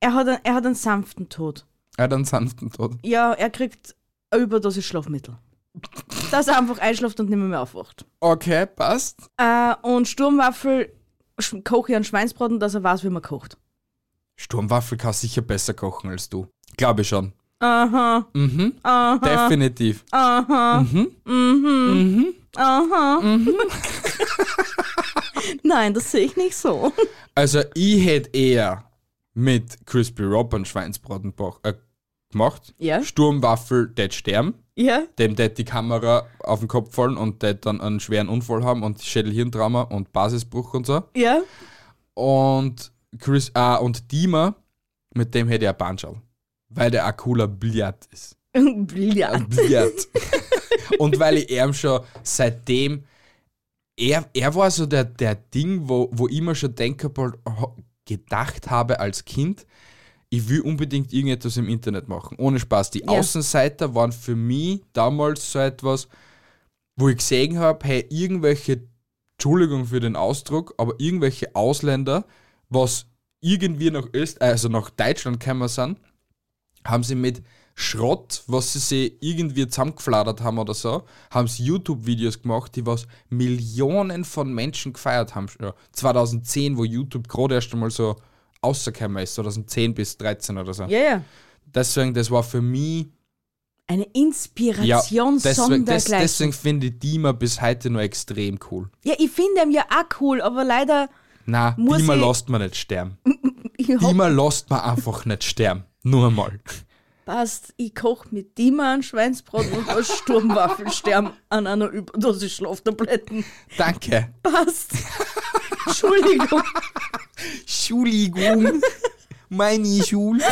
[SPEAKER 2] Er hat, ein, er hat einen sanften Tod.
[SPEAKER 1] Er hat einen sanften Tod.
[SPEAKER 2] Ja, er kriegt eine Überdosis Schlafmittel. Dass er einfach einschläft und nicht mehr, mehr aufwacht.
[SPEAKER 1] <laughs> Okay, passt.
[SPEAKER 2] Äh, und Sturmwaffel sch- koche ich einen Schweinsbraten, dass er weiß, wie man kocht.
[SPEAKER 1] Sturmwaffel kann sicher besser kochen als du. Glaube ich schon.
[SPEAKER 2] Aha,
[SPEAKER 1] Mhm.
[SPEAKER 2] aha, Ah.
[SPEAKER 1] Definitiv.
[SPEAKER 2] aha,
[SPEAKER 1] Mhm.
[SPEAKER 2] aha. <laughs> Nein, das sehe ich nicht so.
[SPEAKER 1] Also ich hätte eher mit Crispy Rob einen Schweinsbraten bach- äh, gemacht.
[SPEAKER 2] Ja.
[SPEAKER 1] Sturmwaffel, det sterben.
[SPEAKER 2] Ja,
[SPEAKER 1] Dem det die Kamera auf den Kopf fallen und det dann einen schweren Unfall haben und Schädelhirntrauma und Basisbruch und so.
[SPEAKER 2] ja.
[SPEAKER 1] Und Chris ah, und Dima, mit dem hätte er Banschal. Weil der ein cooler Billard ist.
[SPEAKER 2] Billard.
[SPEAKER 1] Ein Billard. und weil ich ihm schon seitdem. Er, er war so der, der Ding, wo, wo ich immer schon denke, bald ho- gedacht habe als Kind, ich will unbedingt irgendetwas im Internet machen. Ohne Spaß. Die Außenseiter waren für mich damals so etwas, wo ich gesehen habe, hey, irgendwelche, Entschuldigung für den Ausdruck, aber irgendwelche Ausländer, was irgendwie nach Öst, also nach Deutschland gekommen sind, haben sie mit Schrott, was sie sich irgendwie zusammengefladert haben oder so, haben sie YouTube-Videos gemacht, die was Millionen von Menschen gefeiert haben. Ja, 2010, wo YouTube gerade erst einmal so rausgekommen ist, 2010 bis 13 oder so.
[SPEAKER 2] Ja, ja.
[SPEAKER 1] Deswegen, das war für mich
[SPEAKER 2] Eine
[SPEAKER 1] ja,
[SPEAKER 2] Inspiration
[SPEAKER 1] deswegen, des,
[SPEAKER 2] sondergleichen.
[SPEAKER 1] deswegen finde ich Dima bis heute noch extrem cool.
[SPEAKER 2] Ja, ich finde ihn ja auch cool, aber leider,
[SPEAKER 1] Na,
[SPEAKER 2] Muss
[SPEAKER 1] Dima
[SPEAKER 2] ich-
[SPEAKER 1] lässt man nicht sterben.
[SPEAKER 2] ich hab
[SPEAKER 1] Dima lässt man einfach nicht sterben. Nur einmal.
[SPEAKER 2] passt, ich koche mit Dima einen Schweinsbraten und als Sturmwaffel sterben an einer Überdosis Schlaftabletten.
[SPEAKER 1] Danke.
[SPEAKER 2] Passt.
[SPEAKER 1] <laughs>
[SPEAKER 2] Entschuldigung.
[SPEAKER 1] Entschuldigung. <laughs> Meine Schuld.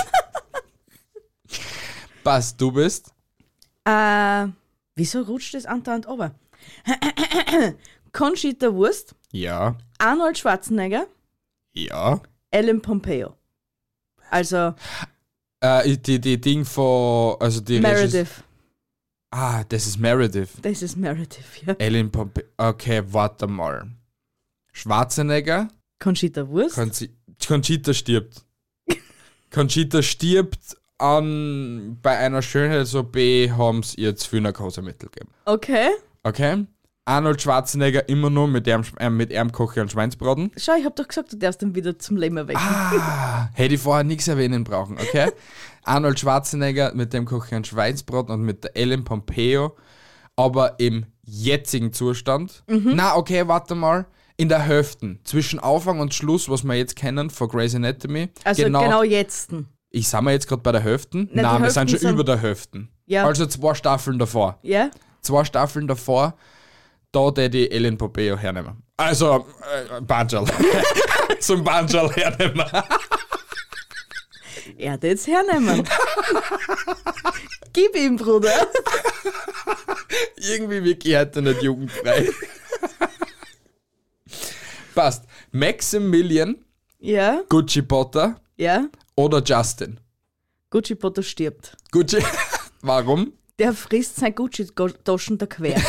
[SPEAKER 1] Passt, du bist?
[SPEAKER 2] Äh, wieso rutscht das andauernd runter? <clears throat> Conchita Wurst,
[SPEAKER 1] Ja.
[SPEAKER 2] Arnold Schwarzenegger,
[SPEAKER 1] Ja.
[SPEAKER 2] Ellen Pompeo. Also
[SPEAKER 1] Äh, die, die Ding von. Also die Regis-
[SPEAKER 2] Meredith.
[SPEAKER 1] ah, das ist Meredith.
[SPEAKER 2] Das ist Meredith, ja.
[SPEAKER 1] Ellen Pompeo. Okay, warte mal. Schwarzenegger.
[SPEAKER 2] Conchita Wurst.
[SPEAKER 1] Conchi Conchita stirbt. Conchita stirbt an, bei einer Schönheits-OP, haben sie ihr zu viel Narkosemittel gegeben.
[SPEAKER 2] Okay.
[SPEAKER 1] Okay? Arnold Schwarzenegger immer nur mit ihrem, äh, mit ihrem Koche und Schweinsbraten.
[SPEAKER 2] Schau, ich hab doch gesagt, du darfst ihn wieder zum Leben erwecken.
[SPEAKER 1] Ah, hätte ich vorher nichts erwähnen brauchen, okay? Arnold Schwarzenegger, mit dem koche ich einen Schweinsbraten und mit der Ellen Pompeo, aber im jetzigen Zustand.
[SPEAKER 2] Mhm.
[SPEAKER 1] Na, okay, warte mal. In der Hälfte, zwischen Anfang und Schluss, was wir jetzt kennen von Grey's Anatomy.
[SPEAKER 2] also genau, jetzt.
[SPEAKER 1] Ich sind wir jetzt gerade bei der Hälfte?
[SPEAKER 2] die
[SPEAKER 1] Nein, wir
[SPEAKER 2] Hälften
[SPEAKER 1] sind schon
[SPEAKER 2] sind-
[SPEAKER 1] über der Hälfte.
[SPEAKER 2] Ja.
[SPEAKER 1] Also zwei Staffeln davor.
[SPEAKER 2] Ja?
[SPEAKER 1] Zwei Staffeln davor, da hätte ich Ellen Pompeo hernehmen. Also, äh, Banjal. <laughs> Zum Banjal hernehmen. <laughs>
[SPEAKER 2] Er hat
[SPEAKER 1] <laughs>
[SPEAKER 2] jetzt hernehmen. Gib ihm, Bruder.
[SPEAKER 1] Irgendwie wirklich heute nicht jugendfrei. <laughs> Passt. Maximilian,
[SPEAKER 2] Ja?
[SPEAKER 1] Gucci Potter,
[SPEAKER 2] Ja?
[SPEAKER 1] oder Justin?
[SPEAKER 2] Gucci Potter stirbt.
[SPEAKER 1] Gucci. <laughs> Warum?
[SPEAKER 2] Der frisst sein Gucci-Taschen
[SPEAKER 1] <laughs>
[SPEAKER 2] da quer.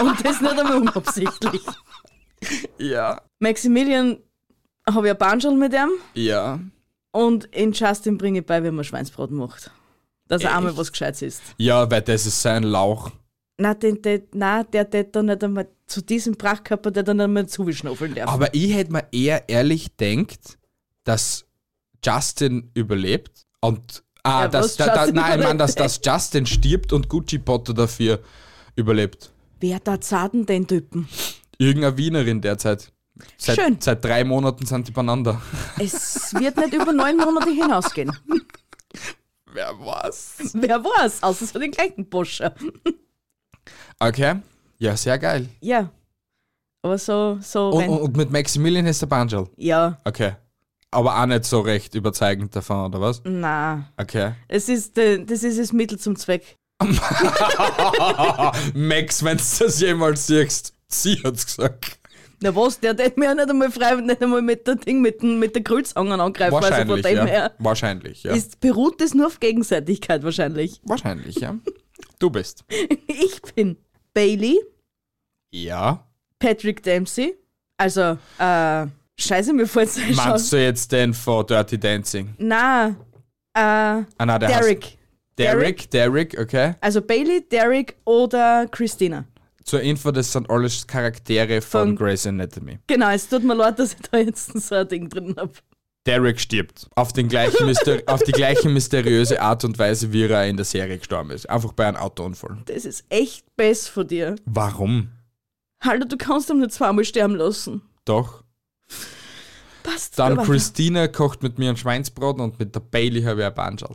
[SPEAKER 2] Und das nicht einmal unabsichtlich.
[SPEAKER 1] Ja.
[SPEAKER 2] Maximilian habe ich ein Banschel mit ihm
[SPEAKER 1] Ja.
[SPEAKER 2] und in Justin bringe ich bei, wenn man Schweinsbrot macht. Dass er
[SPEAKER 1] Echt?
[SPEAKER 2] einmal was Gescheites ist.
[SPEAKER 1] Ja, weil das ist sein Lauch.
[SPEAKER 2] Nein, den, den, nein der tät da nicht einmal zu diesem Prachtkörper, der dann nicht einmal zuschnuffeln darf.
[SPEAKER 1] Aber ich hätte mir eher ehrlich denkt, dass Justin überlebt und ah,
[SPEAKER 2] Ja,
[SPEAKER 1] dass,
[SPEAKER 2] was,
[SPEAKER 1] da, da,
[SPEAKER 2] Justin
[SPEAKER 1] nein, ich meine,
[SPEAKER 2] überlebt?
[SPEAKER 1] dass, dass Justin stirbt und Gucci Potter dafür überlebt.
[SPEAKER 2] Wer da zaden den Typen?
[SPEAKER 1] Irgendeine Wienerin derzeit. Seit,
[SPEAKER 2] Schön.
[SPEAKER 1] Seit drei Monaten sind die beieinander.
[SPEAKER 2] Es wird nicht über neun Monate hinausgehen.
[SPEAKER 1] Wer was?
[SPEAKER 2] <laughs> Wer weiß, außer so den gleichen Boscher.
[SPEAKER 1] Okay. Ja, sehr geil.
[SPEAKER 2] Ja. Aber so, so,
[SPEAKER 1] Und,
[SPEAKER 2] wenn,
[SPEAKER 1] und, und mit Maximilian ist der Banjal.
[SPEAKER 2] ja,
[SPEAKER 1] Okay. Aber auch nicht so recht überzeugend davon, oder was?
[SPEAKER 2] na,
[SPEAKER 1] Okay.
[SPEAKER 2] es ist, äh, das ist das Mittel zum Zweck.
[SPEAKER 1] Max, wenn du das jemals siehst, sie hat's gesagt.
[SPEAKER 2] Na was, der hat mir ja nicht einmal frei, nicht einmal mit der Ding, mit, den, mit der Grillzange angreifen. Also von
[SPEAKER 1] Wahrscheinlich,
[SPEAKER 2] dem
[SPEAKER 1] ja.
[SPEAKER 2] her
[SPEAKER 1] Wahrscheinlich, ja.
[SPEAKER 2] ist, beruht es nur auf Gegenseitigkeit wahrscheinlich. <laughs>
[SPEAKER 1] Wahrscheinlich, ja. Du bist.
[SPEAKER 2] Ich bin Bailey,
[SPEAKER 1] Ja.
[SPEAKER 2] Patrick Dempsey, also, äh, scheiße, mir fällt sein Schaus.
[SPEAKER 1] Meinst du jetzt den von Dirty Dancing?
[SPEAKER 2] Na, äh,
[SPEAKER 1] Ah, nein, der heißt
[SPEAKER 2] Derek.
[SPEAKER 1] Derek, Derek, okay.
[SPEAKER 2] Also Bailey, Derek oder Christina.
[SPEAKER 1] Zur Info, das sind alles Charaktere von
[SPEAKER 2] Von-
[SPEAKER 1] Grey's Anatomy.
[SPEAKER 2] Genau, es tut mir leid, dass ich da jetzt <laughs> so ein Ding drin habe.
[SPEAKER 1] Derek stirbt. Auf, den gleichen
[SPEAKER 2] <laughs>
[SPEAKER 1] Myster auf die gleiche mysteriöse Art und Weise, wie er in der Serie gestorben ist. Einfach bei einem Autounfall.
[SPEAKER 2] Das ist echt best von dir.
[SPEAKER 1] Warum?
[SPEAKER 2] Hallo, du kannst ihn nicht zweimal sterben lassen.
[SPEAKER 1] Doch.
[SPEAKER 2] Passt.
[SPEAKER 1] Dann
[SPEAKER 2] aber-
[SPEAKER 1] Christina kocht mit mir ein Schweinsbraten und mit der Bailey habe ich ein Banschal.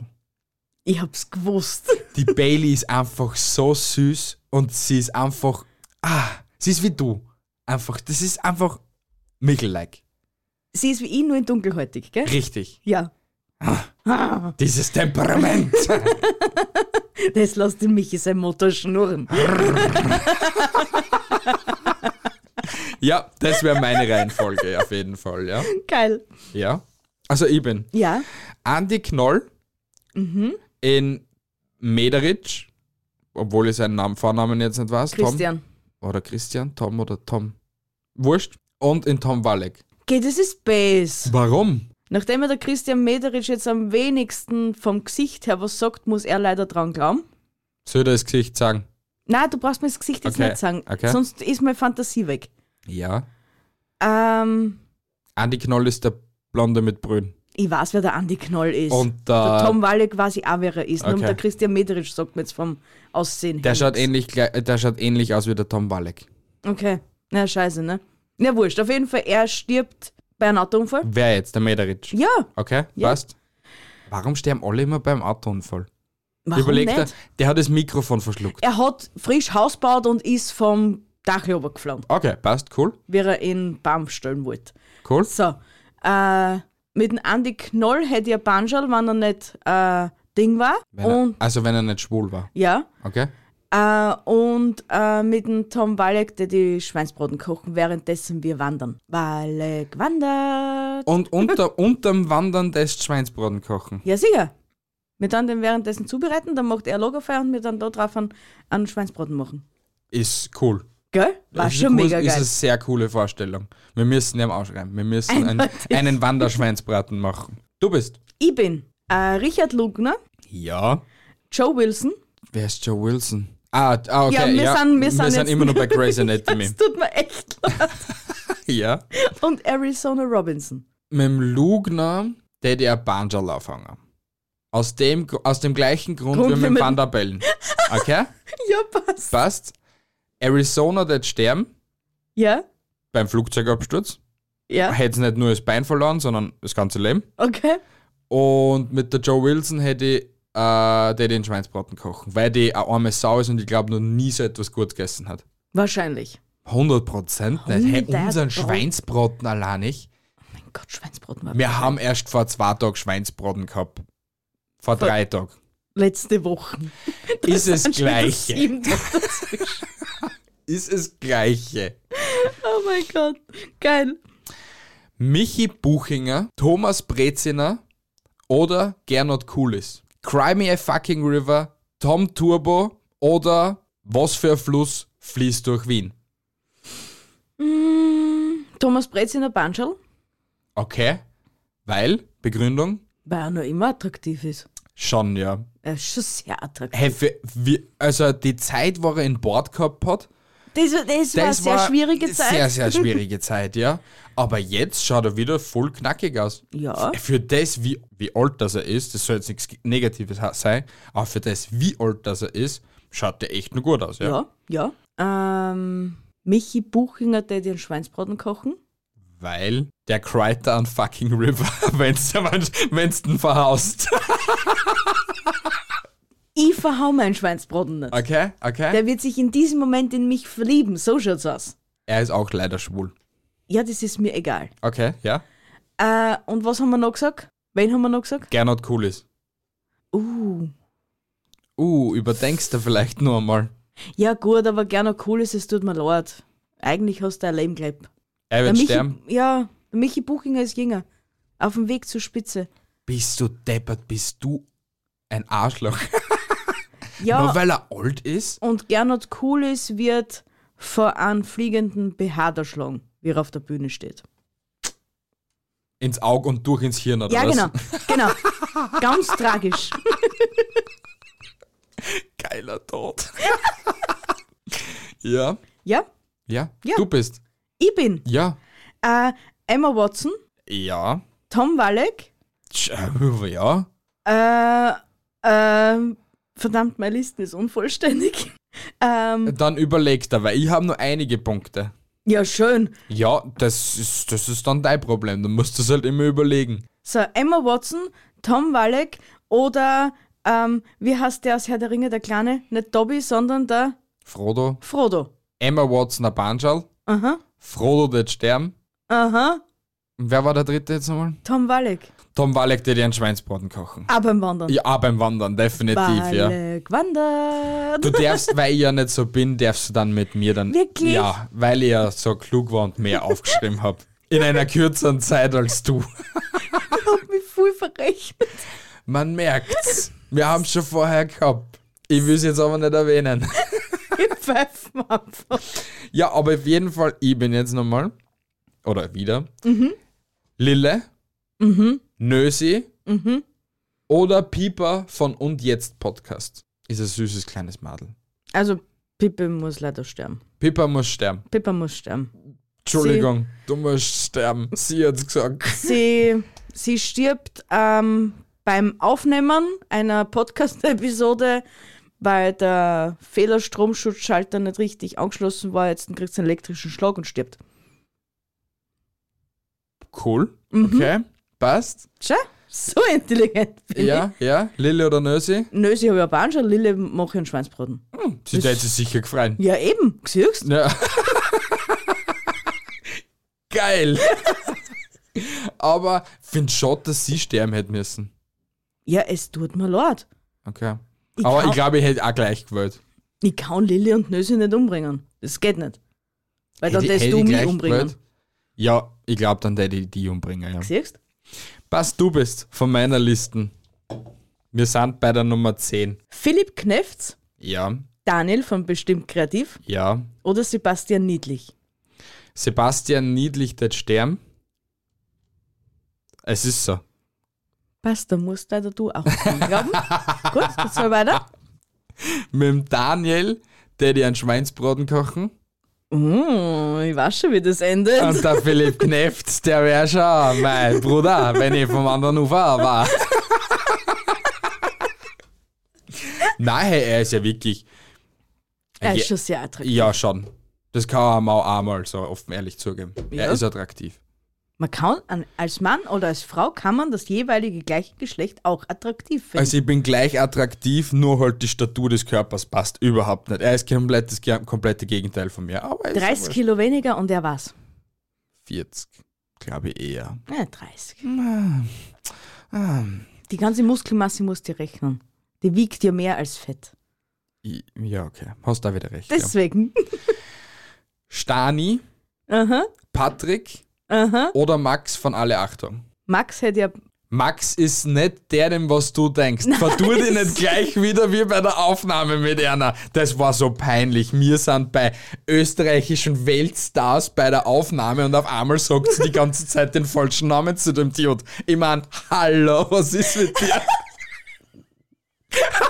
[SPEAKER 2] Ich hab's gewusst. <laughs>
[SPEAKER 1] Die Bailey ist einfach so süß und sie ist einfach. Ah, sie ist wie du. Einfach, das ist einfach Michel-like.
[SPEAKER 2] Sie ist wie ich, nur in dunkelhäutig, gell?
[SPEAKER 1] Richtig.
[SPEAKER 2] Ja. Ah,
[SPEAKER 1] Dieses Temperament.
[SPEAKER 2] Das lässt den Michi sein Motor schnurren.
[SPEAKER 1] <laughs> ja, das wäre meine Reihenfolge auf jeden Fall, ja.
[SPEAKER 2] Geil.
[SPEAKER 1] Ja. Also ich bin
[SPEAKER 2] Ja.
[SPEAKER 1] Andy Knoll in Mederitsch, obwohl ich seinen Namen, Vornamen jetzt nicht weiß.
[SPEAKER 2] Christian.
[SPEAKER 1] Tom oder Christian, Tom oder Tom. Wurscht. Und in Tom Walleck.
[SPEAKER 2] Okay, das ist best.
[SPEAKER 1] Warum?
[SPEAKER 2] Nachdem er der Christian Mederitsch jetzt am wenigsten vom Gesicht her was sagt, muss er leider dran glauben.
[SPEAKER 1] Soll ich das Gesicht sagen?
[SPEAKER 2] Nein, du brauchst mir das Gesicht jetzt
[SPEAKER 1] Okay,
[SPEAKER 2] nicht sagen,
[SPEAKER 1] okay.
[SPEAKER 2] sonst ist meine Fantasie weg.
[SPEAKER 1] Ja.
[SPEAKER 2] Ähm,
[SPEAKER 1] Andi Knoll ist der Blonde mit Brünn.
[SPEAKER 2] ich weiß, wer der Andi Knoll ist.
[SPEAKER 1] Und
[SPEAKER 2] der
[SPEAKER 1] der,
[SPEAKER 2] Tom Walle quasi auch, wer er ist.
[SPEAKER 1] okay.
[SPEAKER 2] Nur der Christian Mederitsch sagt mir jetzt vom Aussehen
[SPEAKER 1] der,
[SPEAKER 2] her
[SPEAKER 1] schaut eh- ähnlich,
[SPEAKER 2] nichts.
[SPEAKER 1] gleich- äh, der schaut ähnlich aus wie der Tom Walleck.
[SPEAKER 2] Okay, na scheiße, ne? Na wurscht, auf jeden Fall, er stirbt bei einem Autounfall.
[SPEAKER 1] Wer jetzt? Der Mederitsch.
[SPEAKER 2] Ja,
[SPEAKER 1] Okay,
[SPEAKER 2] Ja.
[SPEAKER 1] passt. Warum sterben alle immer beim Autounfall?
[SPEAKER 2] warum
[SPEAKER 1] Überlegt er,
[SPEAKER 2] nicht?
[SPEAKER 1] der hat das Mikrofon verschluckt.
[SPEAKER 2] Er hat frisch Haus gebaut und ist vom Dach runtergeflogen,
[SPEAKER 1] Okay, passt, cool,
[SPEAKER 2] wie er in Baum stellen wollte.
[SPEAKER 1] cool.
[SPEAKER 2] So, äh, mit dem Andi Knoll hätte ich ein Banschal, wenn er nicht äh, Ding war.
[SPEAKER 1] Wenn er,
[SPEAKER 2] und
[SPEAKER 1] also wenn er nicht schwul war,
[SPEAKER 2] ja,
[SPEAKER 1] okay?
[SPEAKER 2] Äh, und äh, mit dem Tom Walleck, der die Schweinsbraten kochen, währenddessen wir wandern. Walleck wandert.
[SPEAKER 1] Und
[SPEAKER 2] <laughs>
[SPEAKER 1] unter, unterm Wandern des Schweinsbraten kochen.
[SPEAKER 2] Ja, sicher. Wir dann den währenddessen zubereiten, dann macht er Lagerfeuer und wir dann da drauf einen, einen Schweinsbraten machen.
[SPEAKER 1] Ist cool.
[SPEAKER 2] Gell? War
[SPEAKER 1] Das ist
[SPEAKER 2] schon
[SPEAKER 1] cool,
[SPEAKER 2] mega
[SPEAKER 1] Ist
[SPEAKER 2] geil.
[SPEAKER 1] eine sehr coole Vorstellung. Wir müssen ihm ausschreiben. Wir müssen einen,
[SPEAKER 2] Eindeutig.
[SPEAKER 1] einen Wanderschweinsbraten machen. Du bist.
[SPEAKER 2] Ich bin äh, Richard Lugner,
[SPEAKER 1] Ja.
[SPEAKER 2] Joe Wilson.
[SPEAKER 1] Wer ist Joe Wilson? Ah, d- ah okay.
[SPEAKER 2] Ja, wir sind- wir sind jetzt-
[SPEAKER 1] immer noch
[SPEAKER 2] <laughs>
[SPEAKER 1] bei Grey's
[SPEAKER 2] Es
[SPEAKER 1] Anatomy.
[SPEAKER 2] tut mir echt leid.
[SPEAKER 1] ja.
[SPEAKER 2] Und Arizona Robinson.
[SPEAKER 1] Mit dem Lugner hätte ich ein Banjal anfangen. Aus dem, Gr- aus dem gleichen Grund,
[SPEAKER 2] Grund
[SPEAKER 1] wie
[SPEAKER 2] wie
[SPEAKER 1] mit dem
[SPEAKER 2] mit-
[SPEAKER 1] Vanderbellen. Okay?
[SPEAKER 2] <laughs> Ja, passt.
[SPEAKER 1] Passt. Arizona wird sterben
[SPEAKER 2] Ja,
[SPEAKER 1] beim Flugzeugabsturz.
[SPEAKER 2] ja,
[SPEAKER 1] Hätte nicht nur das Bein verloren, sondern das ganze Leben.
[SPEAKER 2] okay.
[SPEAKER 1] Und mit der Joe Wilson hätte ich, äh, der den Schweinsbraten kochen, weil die eine arme Sau ist und ich glaube noch nie so etwas gut gegessen hat.
[SPEAKER 2] Wahrscheinlich.
[SPEAKER 1] 100 Prozent nicht. Hey,
[SPEAKER 2] 100%.
[SPEAKER 1] unseren Schweinsbraten allein nicht.
[SPEAKER 2] Mein Gott, Schweinsbraten war
[SPEAKER 1] Wir haben erst vor zwei Tagen Schweinsbraten gehabt. Vor drei <laughs> Tagen.
[SPEAKER 2] letzte Woche.
[SPEAKER 1] Ist es
[SPEAKER 2] Dann steht das
[SPEAKER 1] gleiche.
[SPEAKER 2] Sieben dazwischen.
[SPEAKER 1] Ist es gleiche.
[SPEAKER 2] Oh mein Gott, geil.
[SPEAKER 1] Michi Buchinger, Thomas Breziner oder Gernot Kulis. Cry me a fucking river, Tom Turbo oder was für ein Fluss fließt durch Wien?
[SPEAKER 2] Mm, Thomas Bretz in der Banschel,
[SPEAKER 1] Okay, weil, Begründung,
[SPEAKER 2] weil er noch immer attraktiv ist.
[SPEAKER 1] schon ja.
[SPEAKER 2] Er ist schon sehr attraktiv.
[SPEAKER 1] Hey, für, wie, also die Zeit, wo er in Bord gehabt hat,
[SPEAKER 2] Das, war- das war eine
[SPEAKER 1] das
[SPEAKER 2] sehr
[SPEAKER 1] war
[SPEAKER 2] schwierige Zeit.
[SPEAKER 1] Sehr,
[SPEAKER 2] <laughs>
[SPEAKER 1] sehr schwierige Zeit, ja. Aber jetzt schaut er wieder voll knackig aus.
[SPEAKER 2] Ja.
[SPEAKER 1] Für das, wie, wie alt das er ist, das soll jetzt nichts Negatives ha- sein, aber für das, wie alt das er ist, schaut der echt nur gut aus, ja.
[SPEAKER 2] Ja, ja. Ähm, Michi Buchinger, der den Schweinsbraten kochen.
[SPEAKER 1] Weil der cried da an fucking River, <laughs> wenn's, wenn's den
[SPEAKER 2] <laughs>
[SPEAKER 1] verhaust.
[SPEAKER 2] Ich verhau meinen Schweinsbraten nicht.
[SPEAKER 1] Okay, okay.
[SPEAKER 2] Der wird sich in diesem Moment in mich verlieben. So schaut's aus.
[SPEAKER 1] Er ist auch leider schwul.
[SPEAKER 2] Ja, das ist mir egal.
[SPEAKER 1] Okay, ja.
[SPEAKER 2] Äh, und was haben wir noch gesagt? Wen haben wir noch gesagt?
[SPEAKER 1] Gernot Kulis.
[SPEAKER 2] Uh.
[SPEAKER 1] Uh, überdenkst du vielleicht nur einmal.
[SPEAKER 2] Ja, gut, aber gerne cool ist, es tut mir leid. Eigentlich hast du ein Leben gelebt.
[SPEAKER 1] Er
[SPEAKER 2] Der
[SPEAKER 1] wird sterben.
[SPEAKER 2] Michi, ja, der Michi Buchinger ist jünger. Auf dem Weg zur Spitze.
[SPEAKER 1] Bist du deppert, bist du ein Arschloch. <laughs> Nur
[SPEAKER 2] Ja,
[SPEAKER 1] weil er alt ist?
[SPEAKER 2] und Gernot Kulis wird vor einem fliegenden BH erschlagen, wie er auf der Bühne steht.
[SPEAKER 1] Ins Auge und durch ins Hirn, oder
[SPEAKER 2] Ja,
[SPEAKER 1] was?
[SPEAKER 2] genau, genau.
[SPEAKER 1] <laughs>
[SPEAKER 2] Ganz tragisch.
[SPEAKER 1] Geiler Tod. <laughs> ja,
[SPEAKER 2] Ja,
[SPEAKER 1] ja,
[SPEAKER 2] Ja.
[SPEAKER 1] Du bist.
[SPEAKER 2] ich bin
[SPEAKER 1] Ja.
[SPEAKER 2] äh, Emma Watson,
[SPEAKER 1] Ja.
[SPEAKER 2] Tom Walleck,
[SPEAKER 1] Tsch, äh, Ja.
[SPEAKER 2] äh, ähm, verdammt, meine Liste ist unvollständig. <laughs> Ähm,
[SPEAKER 1] Dann überleg da, weil ich habe nur einige Punkte.
[SPEAKER 2] ja, schön.
[SPEAKER 1] Ja, das ist, das ist dann dein Problem. Du musst das halt immer überlegen.
[SPEAKER 2] So, Emma Watson, Tom Walleck oder, ähm, wie heißt der aus Herr der Ringe, der Kleine? Nicht Dobby, sondern der
[SPEAKER 1] Frodo,
[SPEAKER 2] Frodo.
[SPEAKER 1] Emma Watson, der Banschal,
[SPEAKER 2] Aha,
[SPEAKER 1] Frodo wird sterben.
[SPEAKER 2] aha,
[SPEAKER 1] Und wer war der dritte jetzt nochmal?
[SPEAKER 2] Tom Walleck.
[SPEAKER 1] Tom Walleck, der dir einen Schweinsbraten kochen.
[SPEAKER 2] Auch beim Wandern.
[SPEAKER 1] Ja, auch beim Wandern, definitiv, ja.
[SPEAKER 2] Walleck wandert.
[SPEAKER 1] Du darfst, weil ich ja nicht so bin, darfst du dann mit mir dann.
[SPEAKER 2] Wirklich?
[SPEAKER 1] Ja, weil ich ja so klug war und mehr aufgeschrieben habe. In einer kürzeren Zeit als du.
[SPEAKER 2] hab mich voll verrechnet. <laughs>
[SPEAKER 1] Man merkt's. Wir haben schon vorher gehabt. Ich will es jetzt aber nicht erwähnen.
[SPEAKER 2] Ich pfeife mir einfach.
[SPEAKER 1] Ja, aber auf jeden Fall, ich bin jetzt nochmal. Oder wieder. Lille. Nösi. Oder Pieper von Und Jetzt Podcast. Ist ein süßes kleines Madel.
[SPEAKER 2] Also, Pippe muss leider sterben.
[SPEAKER 1] Pippa muss sterben.
[SPEAKER 2] Pippa muss sterben.
[SPEAKER 1] Entschuldigung, du musst sterben. Sie hat's gesagt.
[SPEAKER 2] Sie, sie stirbt ähm, beim Aufnehmen einer Podcast-Episode, weil der Fehlerstromschutzschalter nicht richtig angeschlossen war. Jetzt kriegt sie einen elektrischen Schlag und stirbt.
[SPEAKER 1] Cool.
[SPEAKER 2] Mhm.
[SPEAKER 1] Okay. Passt.
[SPEAKER 2] Schau, so intelligent bin
[SPEAKER 1] Ja, ja. Lilly oder Nösi?
[SPEAKER 2] ich. Nö, sie habe ja Banschel, Lille mache ich einen Schweinsbraten.
[SPEAKER 1] Sie hätte sich sicher gefreut.
[SPEAKER 2] Ja, eben, siehst
[SPEAKER 1] Ja. Geil. Aber find schon, dass sie sterben hätte müssen.
[SPEAKER 2] Ja, es tut mir leid.
[SPEAKER 1] Okay.
[SPEAKER 2] Ich
[SPEAKER 1] Aber
[SPEAKER 2] kann-
[SPEAKER 1] ich glaube, ich hätte auch gleich gewählt.
[SPEAKER 2] Ich kann Lilly und Nösi nicht umbringen. Das geht nicht. Weil dann
[SPEAKER 1] Hätte-
[SPEAKER 2] lässt
[SPEAKER 1] hätte
[SPEAKER 2] du
[SPEAKER 1] ich
[SPEAKER 2] mich
[SPEAKER 1] gleich
[SPEAKER 2] umbringen.
[SPEAKER 1] gewählt? Ja, ich glaube, dann hätte ich die umbringen. Ja.
[SPEAKER 2] Siehst
[SPEAKER 1] Passt, du bist von meiner Listen. Wir sind bei der Nummer 10.
[SPEAKER 2] Philipp Knefts,
[SPEAKER 1] Ja,
[SPEAKER 2] Daniel von Bestimmt Kreativ
[SPEAKER 1] ja.
[SPEAKER 2] oder Sebastian Niedlich.
[SPEAKER 1] Sebastian Niedlich der Stern. Es ist so.
[SPEAKER 2] Passt, da musst leider du auch dran
[SPEAKER 1] <laughs>
[SPEAKER 2] glauben. Gut, jetzt mal weiter.
[SPEAKER 1] Mit dem Daniel, der die einen Schweinsbraten kochen.
[SPEAKER 2] Mm, ich weiß schon, wie das endet.
[SPEAKER 1] Und der Philipp Kneft, der wäre schon mein Bruder, wenn ich vom anderen Ufer war. Nein, hey, er ist ja wirklich.
[SPEAKER 2] er ist
[SPEAKER 1] ja-
[SPEAKER 2] schon sehr attraktiv.
[SPEAKER 1] Ja, schon. Das kann man auch mal so offen ehrlich zugeben.
[SPEAKER 2] Ja.
[SPEAKER 1] Er ist attraktiv.
[SPEAKER 2] Man kann an, als Mann oder als Frau kann man das jeweilige gleiche Geschlecht auch attraktiv finden.
[SPEAKER 1] Also ich bin gleich attraktiv, nur halt die Statur des Körpers passt überhaupt nicht. Er ist komplett das ge- komplette Gegenteil von mir. Aber er ist
[SPEAKER 2] 30
[SPEAKER 1] aber
[SPEAKER 2] Kilo weniger und er war's.
[SPEAKER 1] 40, glaube ich eher.
[SPEAKER 2] Ja, 30. Ah. Die ganze Muskelmasse musst du rechnen. Die wiegt ja mehr als Fett.
[SPEAKER 1] I- Ja, okay. Hast da wieder recht. Ja.
[SPEAKER 2] Deswegen.
[SPEAKER 1] Stani,
[SPEAKER 2] Aha.
[SPEAKER 1] Patrick
[SPEAKER 2] Aha.
[SPEAKER 1] oder Max von Alle Achtung?
[SPEAKER 2] Max hätte ja. <laughs>
[SPEAKER 1] Max ist nicht der, dem was du denkst. Vertur dich nicht gleich wieder wie bei der Aufnahme mit Erna. Das war so peinlich. Wir sind bei österreichischen Weltstars bei der Aufnahme und auf einmal sagt sie die ganze Zeit den falschen Namen zu dem Dude. Ich mein, hallo, was ist mit dir? <laughs>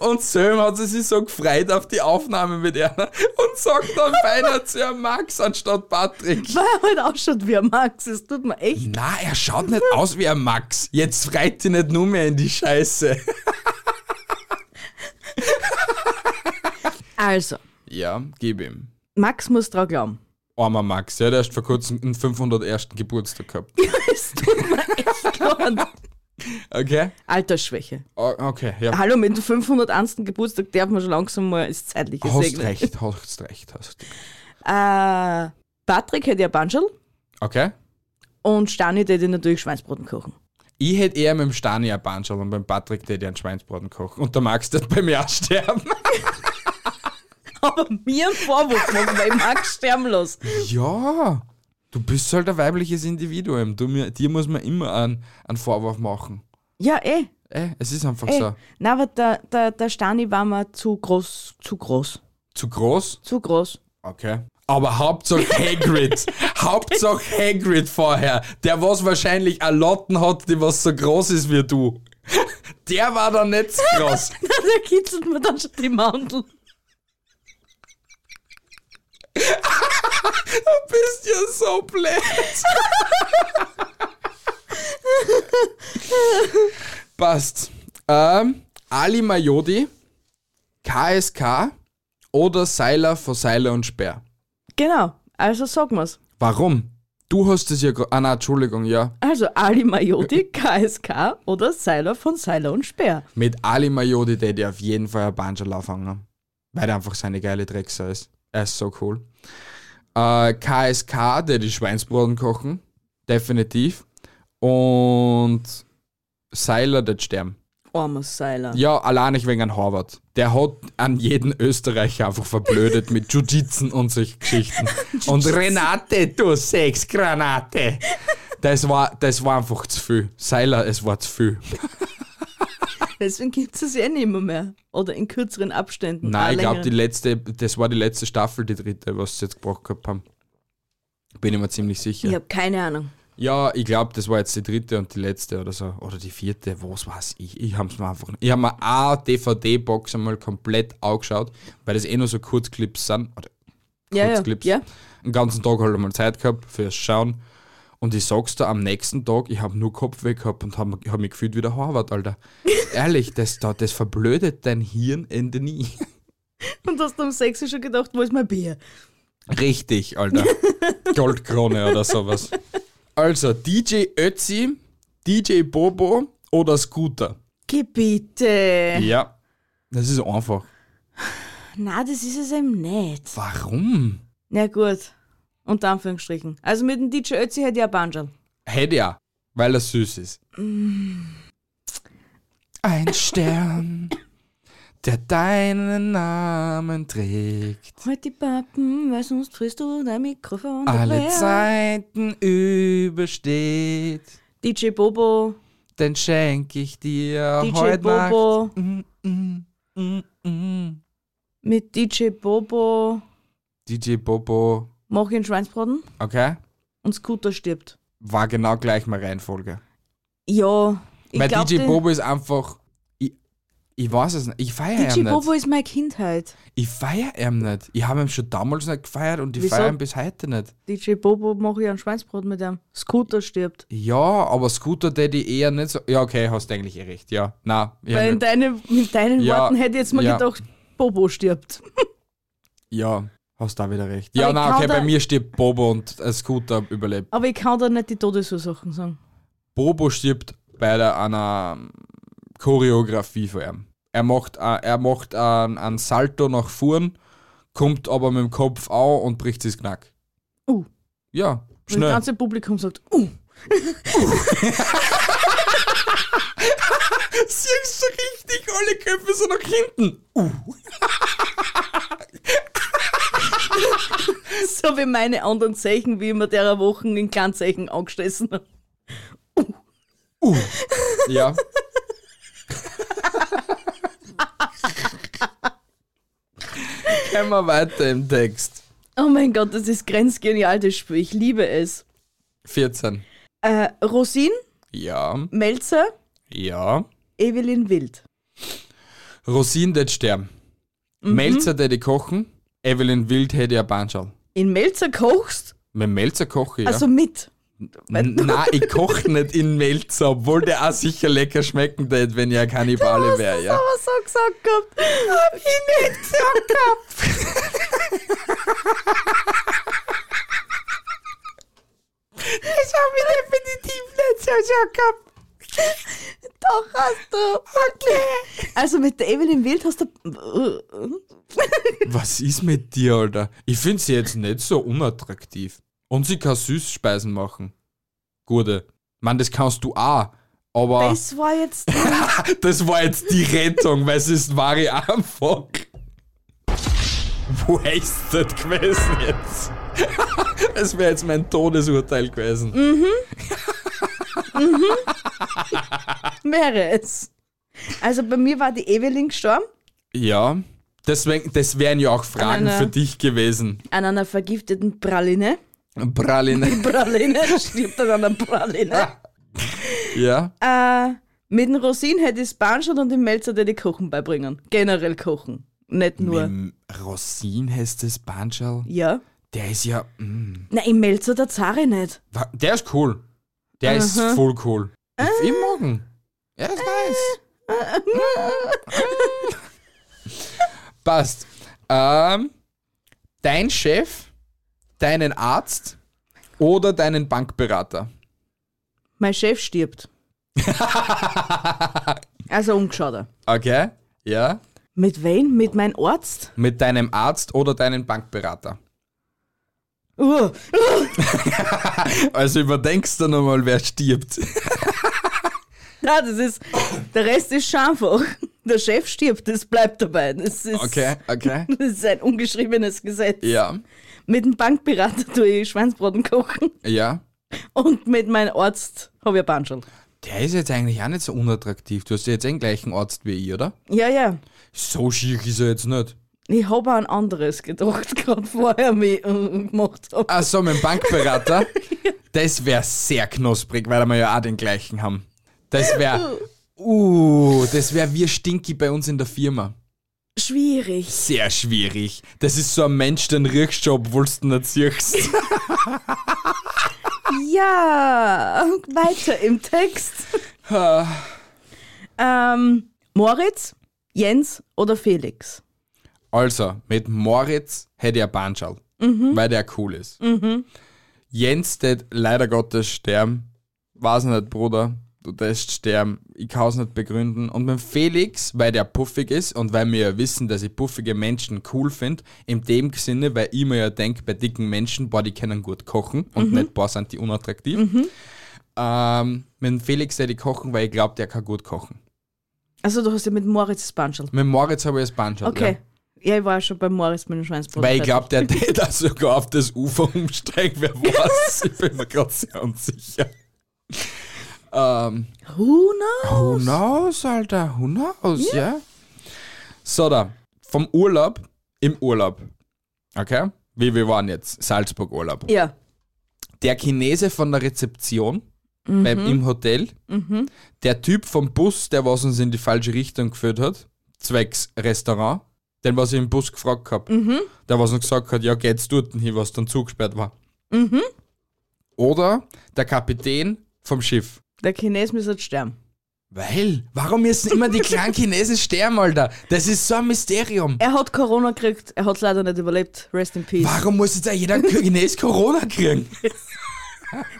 [SPEAKER 1] Und Sam hat sie sich so gefreut auf die Aufnahme mit Erna und sagt dann beinahe zu ihr Max anstatt Patrick.
[SPEAKER 2] Weil er halt ausschaut wie ein Max. Es tut mir echt.
[SPEAKER 1] Na, er schaut <laughs> nicht aus wie ein Max. Jetzt freit ihn nicht nur mehr in die Scheiße.
[SPEAKER 2] Also,
[SPEAKER 1] Ja, gib ihm.
[SPEAKER 2] Max muss dran glauben. <laughs>
[SPEAKER 1] Armer Max, ja, der hat erst vor kurzem den 501. Geburtstag gehabt.
[SPEAKER 2] es tut mir echt leid.
[SPEAKER 1] Okay?
[SPEAKER 2] Altersschwäche.
[SPEAKER 1] O- Okay, ja.
[SPEAKER 2] Hallo, mit dem 501. Geburtstag darf man schon langsam mal ins Zeitliche
[SPEAKER 1] Hast
[SPEAKER 2] segnen.
[SPEAKER 1] recht, hast recht, hast recht.
[SPEAKER 2] Äh, Patrick hätte ja Banschel
[SPEAKER 1] Okay?
[SPEAKER 2] und Stani hätte natürlich Schweinsbraten kochen.
[SPEAKER 1] Ich hätte eher mit dem Stani ein Banschel und beim Patrick hätte ich einen Schweinsbraten kochen. Und der Max wird bei mir auch sterben.
[SPEAKER 2] <laughs> Aber mir einen Vorwurf machen, weil ich
[SPEAKER 1] <laughs>
[SPEAKER 2] mag sterben lassen.
[SPEAKER 1] <laughs> Ja, du bist halt ein weibliches Individuum. Du, mir, dir muss man immer einen, einen Vorwurf machen.
[SPEAKER 2] Ja, eh.
[SPEAKER 1] Ey, es ist einfach
[SPEAKER 2] eh.
[SPEAKER 1] so.
[SPEAKER 2] Nein, aber der, der, der Stani war mir zu groß, zu groß,
[SPEAKER 1] Zu groß?
[SPEAKER 2] zu groß. <laughs>
[SPEAKER 1] Okay. Aber Hauptsache <laughs> Hagrid. Hauptsache Hagrid vorher. Der was wahrscheinlich eine Lotten hat, die was so groß ist wie du. <laughs> Der war dann nicht so groß.
[SPEAKER 2] der kitzelt mir dann schon die Mandel.
[SPEAKER 1] Du <laughs> bist ja so blöd. <laughs> Passt. Ähm, Ali Majodi, KSK oder Seiler vor Seiler und Speer.
[SPEAKER 2] Genau, also sag mal's.
[SPEAKER 1] Warum? Du hast es ja... gro- Ah, nein, Entschuldigung, ja.
[SPEAKER 2] Also Ali <laughs> Majoti, KSK oder Seiler von Seiler und Speer.
[SPEAKER 1] Mit Ali Majodi, der die auf jeden Fall ein Banjo anfangen. Weil der einfach seine geile Drecksau ist. Er ist so cool. Äh, KSK, der die Schweinsbraten kochen. Definitiv. Und Seiler, der sterben.
[SPEAKER 2] Armer Seiler.
[SPEAKER 1] Ja, allein nicht wegen an Horvath. Der hat an jeden Österreicher einfach verblödet mit Judizen und solchen Geschichten. und Renate, du Sexgranate. Das war, das war einfach zu viel. Seiler, es war zu viel.
[SPEAKER 2] Deswegen gibt's es eh nicht mehr, mehr. Oder in kürzeren Abständen.
[SPEAKER 1] Nein, ich
[SPEAKER 2] Ah,
[SPEAKER 1] glaube, die
[SPEAKER 2] längeren.
[SPEAKER 1] letzte, das war die letzte Staffel, die dritte, was sie jetzt gebracht gehabt haben. Bin ich mir ziemlich sicher.
[SPEAKER 2] Ich
[SPEAKER 1] Ja,
[SPEAKER 2] habe keine Ahnung.
[SPEAKER 1] ich glaube, das war jetzt die dritte und die letzte oder so. Oder die vierte, was weiß ich. Ich habe mir einfach. Ich habe mir eine DVD-Box einmal komplett angeschaut, weil das eh nur so Kurzclips sind. Oder
[SPEAKER 2] Ja, ja,
[SPEAKER 1] Kurzclips.
[SPEAKER 2] ja.
[SPEAKER 1] einen ganzen Tag halt einmal Zeit gehabt fürs Schauen. Und ich sag's dir, am nächsten Tag, ich habe nur Kopfweh gehabt und habe hab mich gefühlt wie der Harvard, Alter. Ehrlich, das, da- das verblödet dein Hirn in den Nie.
[SPEAKER 2] Und hast du am Sexy schon gedacht, wo ist mein Bier?
[SPEAKER 1] Richtig, Alter. Goldkrone oder sowas. Also, DJ Ötzi, DJ Bobo oder Scooter?
[SPEAKER 2] Gebiete.
[SPEAKER 1] Ja. Das ist einfach.
[SPEAKER 2] Na, das ist es eben nicht.
[SPEAKER 1] Warum?
[SPEAKER 2] Na gut. Unter Anführungsstrichen. Also mit dem DJ Ötzi hätte ich ein Banjo. Mm,
[SPEAKER 1] Hätte ja, weil er süß ist. Ein Stern, der deinen Namen trägt.
[SPEAKER 2] Halt die Pappen, weil sonst frisst du dein Mikrofon.
[SPEAKER 1] Alle
[SPEAKER 2] Dabei.
[SPEAKER 1] Zeiten übersteht.
[SPEAKER 2] DJ Bobo,
[SPEAKER 1] Dann schenk ich dir
[SPEAKER 2] DJ
[SPEAKER 1] heute Nacht.
[SPEAKER 2] Bobo.
[SPEAKER 1] Mm, mm, mm, mm.
[SPEAKER 2] Mit DJ Bobo
[SPEAKER 1] DJ Bobo,
[SPEAKER 2] mach ich einen Schweinsbraten
[SPEAKER 1] okay?
[SPEAKER 2] und Scooter stirbt.
[SPEAKER 1] War genau gleich mal Reihenfolge.
[SPEAKER 2] Ja, ich
[SPEAKER 1] Weil
[SPEAKER 2] glaub,
[SPEAKER 1] DJ
[SPEAKER 2] den-
[SPEAKER 1] Bobo ist einfach. Ich, ich weiß es nicht. Ich feiere
[SPEAKER 2] DJ
[SPEAKER 1] ihn
[SPEAKER 2] Bobo
[SPEAKER 1] nicht.
[SPEAKER 2] ist meine Kindheit.
[SPEAKER 1] Ich feiere ihn nicht. Ich habe ihn schon damals nicht gefeiert und ich
[SPEAKER 2] Wieso?
[SPEAKER 1] feiere ihn bis heute nicht.
[SPEAKER 2] DJ Bobo mache ich einen Schweinsbraten mit ihm. Scooter stirbt.
[SPEAKER 1] Ja, aber Scooter Daddy eher nicht so. Ja, okay, hast eigentlich eh recht. Ja, na, ja,
[SPEAKER 2] Weil in
[SPEAKER 1] nicht.
[SPEAKER 2] deine, mit deinen
[SPEAKER 1] Ja,
[SPEAKER 2] Worten hätte ich jetzt mal
[SPEAKER 1] ja.
[SPEAKER 2] gedacht, Bobo stirbt.
[SPEAKER 1] ja, hast da wieder recht. Ja,
[SPEAKER 2] ich
[SPEAKER 1] na,
[SPEAKER 2] kann
[SPEAKER 1] okay, bei
[SPEAKER 2] da-
[SPEAKER 1] mir stirbt Bobo und äh, Scooter überlebt.
[SPEAKER 2] Aber ich kann da nicht die Todesursachen sagen.
[SPEAKER 1] Bobo stirbt bei der, einer ähm, Choreografie von ihm. Er macht, äh, er macht einen, einen Salto nach vorn, kommt aber mit dem Kopf auf und bricht sich das Knack.
[SPEAKER 2] Uh.
[SPEAKER 1] Ja,
[SPEAKER 2] Und das
[SPEAKER 1] schnell.
[SPEAKER 2] ganze Publikum sagt, uh,
[SPEAKER 1] Siehst du richtig, alle Köpfe sind nach hinten. Uh.
[SPEAKER 2] <laughs> So wie meine anderen Zeichen, wie ich mir derer Wochen in Kleinzeichen angestessen habe. <laughs>
[SPEAKER 1] Ja. Gehen wir weiter im Text.
[SPEAKER 2] Oh mein Gott, das ist grenzgenial, das Spiel. Ich liebe es.
[SPEAKER 1] 14.
[SPEAKER 2] Äh, Rosin,
[SPEAKER 1] Ja,
[SPEAKER 2] Melzer,
[SPEAKER 1] ja.
[SPEAKER 2] Evelyn Wild.
[SPEAKER 1] Rosin det sterben. Melzer det ich kochen. Evelyn Wild hätte ja Banschal.
[SPEAKER 2] In Melzer kochst?
[SPEAKER 1] Mit Melzer koche ich. Ja.
[SPEAKER 2] Also mit.
[SPEAKER 1] N- Nein, ich koche nicht in Melzer, obwohl der auch sicher lecker schmecken tät, wenn ich ein Kannibale wäre. Ja.
[SPEAKER 2] Aber so gesagt gehabt. Hab ich nicht gesagt gehabt.
[SPEAKER 1] Ich habe ihn definitiv nicht so gehabt.
[SPEAKER 2] Doch hast du. Okay. Also mit der Evelyn Wild hast du.
[SPEAKER 1] Was ist mit dir, Alter? Ich finde sie jetzt nicht so unattraktiv. Und sie kann Süßspeisen machen. Gute. Mann, das kannst du auch. Aber
[SPEAKER 2] Das war jetzt.
[SPEAKER 1] das war jetzt die Rettung, weil es ist wahre einfach wasted gewesen jetzt. <laughs> Das wäre jetzt mein Todesurteil gewesen.
[SPEAKER 2] wäre es. Also bei mir war die Evelyn gestorben
[SPEAKER 1] Ja, deswegen, das wären ja auch Fragen
[SPEAKER 2] Nein, nein.
[SPEAKER 1] für dich gewesen.
[SPEAKER 2] an einer vergifteten Praline. <laughs>
[SPEAKER 1] Praline.
[SPEAKER 2] Praline, stirbt an einer Praline.
[SPEAKER 1] ja,
[SPEAKER 2] äh, mit den Rosinen hätte ich Spanisch und dem Melzer hätte ich Kochen beibringen. Generell kochen. Nicht nur.
[SPEAKER 1] Im Rosin heißt das Banschal.
[SPEAKER 2] Ja.
[SPEAKER 1] Der ist ja. mm,
[SPEAKER 2] Na, im Melzer der Zare nicht.
[SPEAKER 1] wa- Der ist cool. Der ist
[SPEAKER 2] Aha.
[SPEAKER 1] voll cool. Ich, ich mag ihn. Er ist nice. <laughs> Passt. Ähm, dein Chef, deinen Arzt oder deinen Bankberater?
[SPEAKER 2] Mein Chef stirbt. also umgeschaut. er.
[SPEAKER 1] Okay? Ja?
[SPEAKER 2] Mit wem? Mit meinem Arzt?
[SPEAKER 1] Mit deinem Arzt oder deinen Bankberater?
[SPEAKER 2] Uh, <laughs>
[SPEAKER 1] Also überdenkst du nochmal, wer stirbt.
[SPEAKER 2] na, Ah, das ist. Der Rest ist schon einfach. Der Chef stirbt, das bleibt dabei. Das ist,
[SPEAKER 1] Okay, okay.
[SPEAKER 2] das ist ein ungeschriebenes Gesetz.
[SPEAKER 1] Ja,
[SPEAKER 2] Mit dem Bankberater tue ich Schweinsbraten kochen
[SPEAKER 1] ja.
[SPEAKER 2] und mit meinem Arzt habe ich Banschel.
[SPEAKER 1] Der ist jetzt eigentlich auch nicht so unattraktiv. Du hast ja jetzt den gleichen Arzt wie ich, oder?
[SPEAKER 2] Ja, ja.
[SPEAKER 1] So schick ist er jetzt nicht.
[SPEAKER 2] Ich habe an anderes gedacht, gerade vorher mich äh, gemacht habe.
[SPEAKER 1] Ach Ah, so, mit dem Bankberater. Das wäre sehr knusprig, weil wir ja auch den gleichen haben. Das wäre. Uh, das wäre wir Stinky bei uns in der Firma.
[SPEAKER 2] Schwierig.
[SPEAKER 1] Sehr schwierig. Das ist so ein Mensch, den riechst du, obwohl du ihn nicht siehst. <laughs>
[SPEAKER 2] Ja, weiter im Text.
[SPEAKER 1] Ah,
[SPEAKER 2] Ähm, Moritz, Jens oder Felix?
[SPEAKER 1] Also, mit Moritz hätte er Banschal, weil der cool ist. Jens tät leider Gottes sterben. Weiß nicht, Bruder, du tätst sterben. Ich kann's nicht begründen. Und mit Felix, weil der puffig ist und weil wir ja wissen, dass ich puffige Menschen cool finde, in dem Sinne, weil ich mir ja denke, bei dicken Menschen, boah, die können gut kochen und nicht, boah, sind die unattraktiv. Ähm, mit Felix tät ich kochen, weil ich glaube, der kann gut kochen.
[SPEAKER 2] Also du hast ja mit Moritz das Banschel.
[SPEAKER 1] Mit Moritz habe ich das Banschal. Ja.
[SPEAKER 2] Okay. Ja. ich war schon bei Moritz mit dem Schweinsbraten.
[SPEAKER 1] Weil ich
[SPEAKER 2] fertig.
[SPEAKER 1] glaube, der Täter sogar auf das Ufer umsteigen, wer weiß. ich bin mir gerade sehr unsicher. Ähm,
[SPEAKER 2] Who knows?
[SPEAKER 1] who knows, Alter? Who knows, ja? So, da. Vom Urlaub im Urlaub. Okay? Wie wir waren jetzt. Salzburg-Urlaub.
[SPEAKER 2] Ja.
[SPEAKER 1] Der Chinese von der Rezeption beim, im Hotel. Der Typ vom Bus, der was uns in die falsche Richtung geführt hat. Zwecks Restaurant. Den, was ich im Bus gefragt habe. Der, was uns gesagt hat, ja, geht's dort hin, was dann zugesperrt war. Oder der Kapitän vom Schiff.
[SPEAKER 2] Der Chines muss jetzt sterben.
[SPEAKER 1] Weil, warum müssen immer die kleinen Chinesen sterben, Alter? Das ist so ein Mysterium.
[SPEAKER 2] Er hat Corona gekriegt, er hat es leider nicht überlebt. Rest in peace.
[SPEAKER 1] Warum muss jetzt auch jeder Chines Corona kriegen?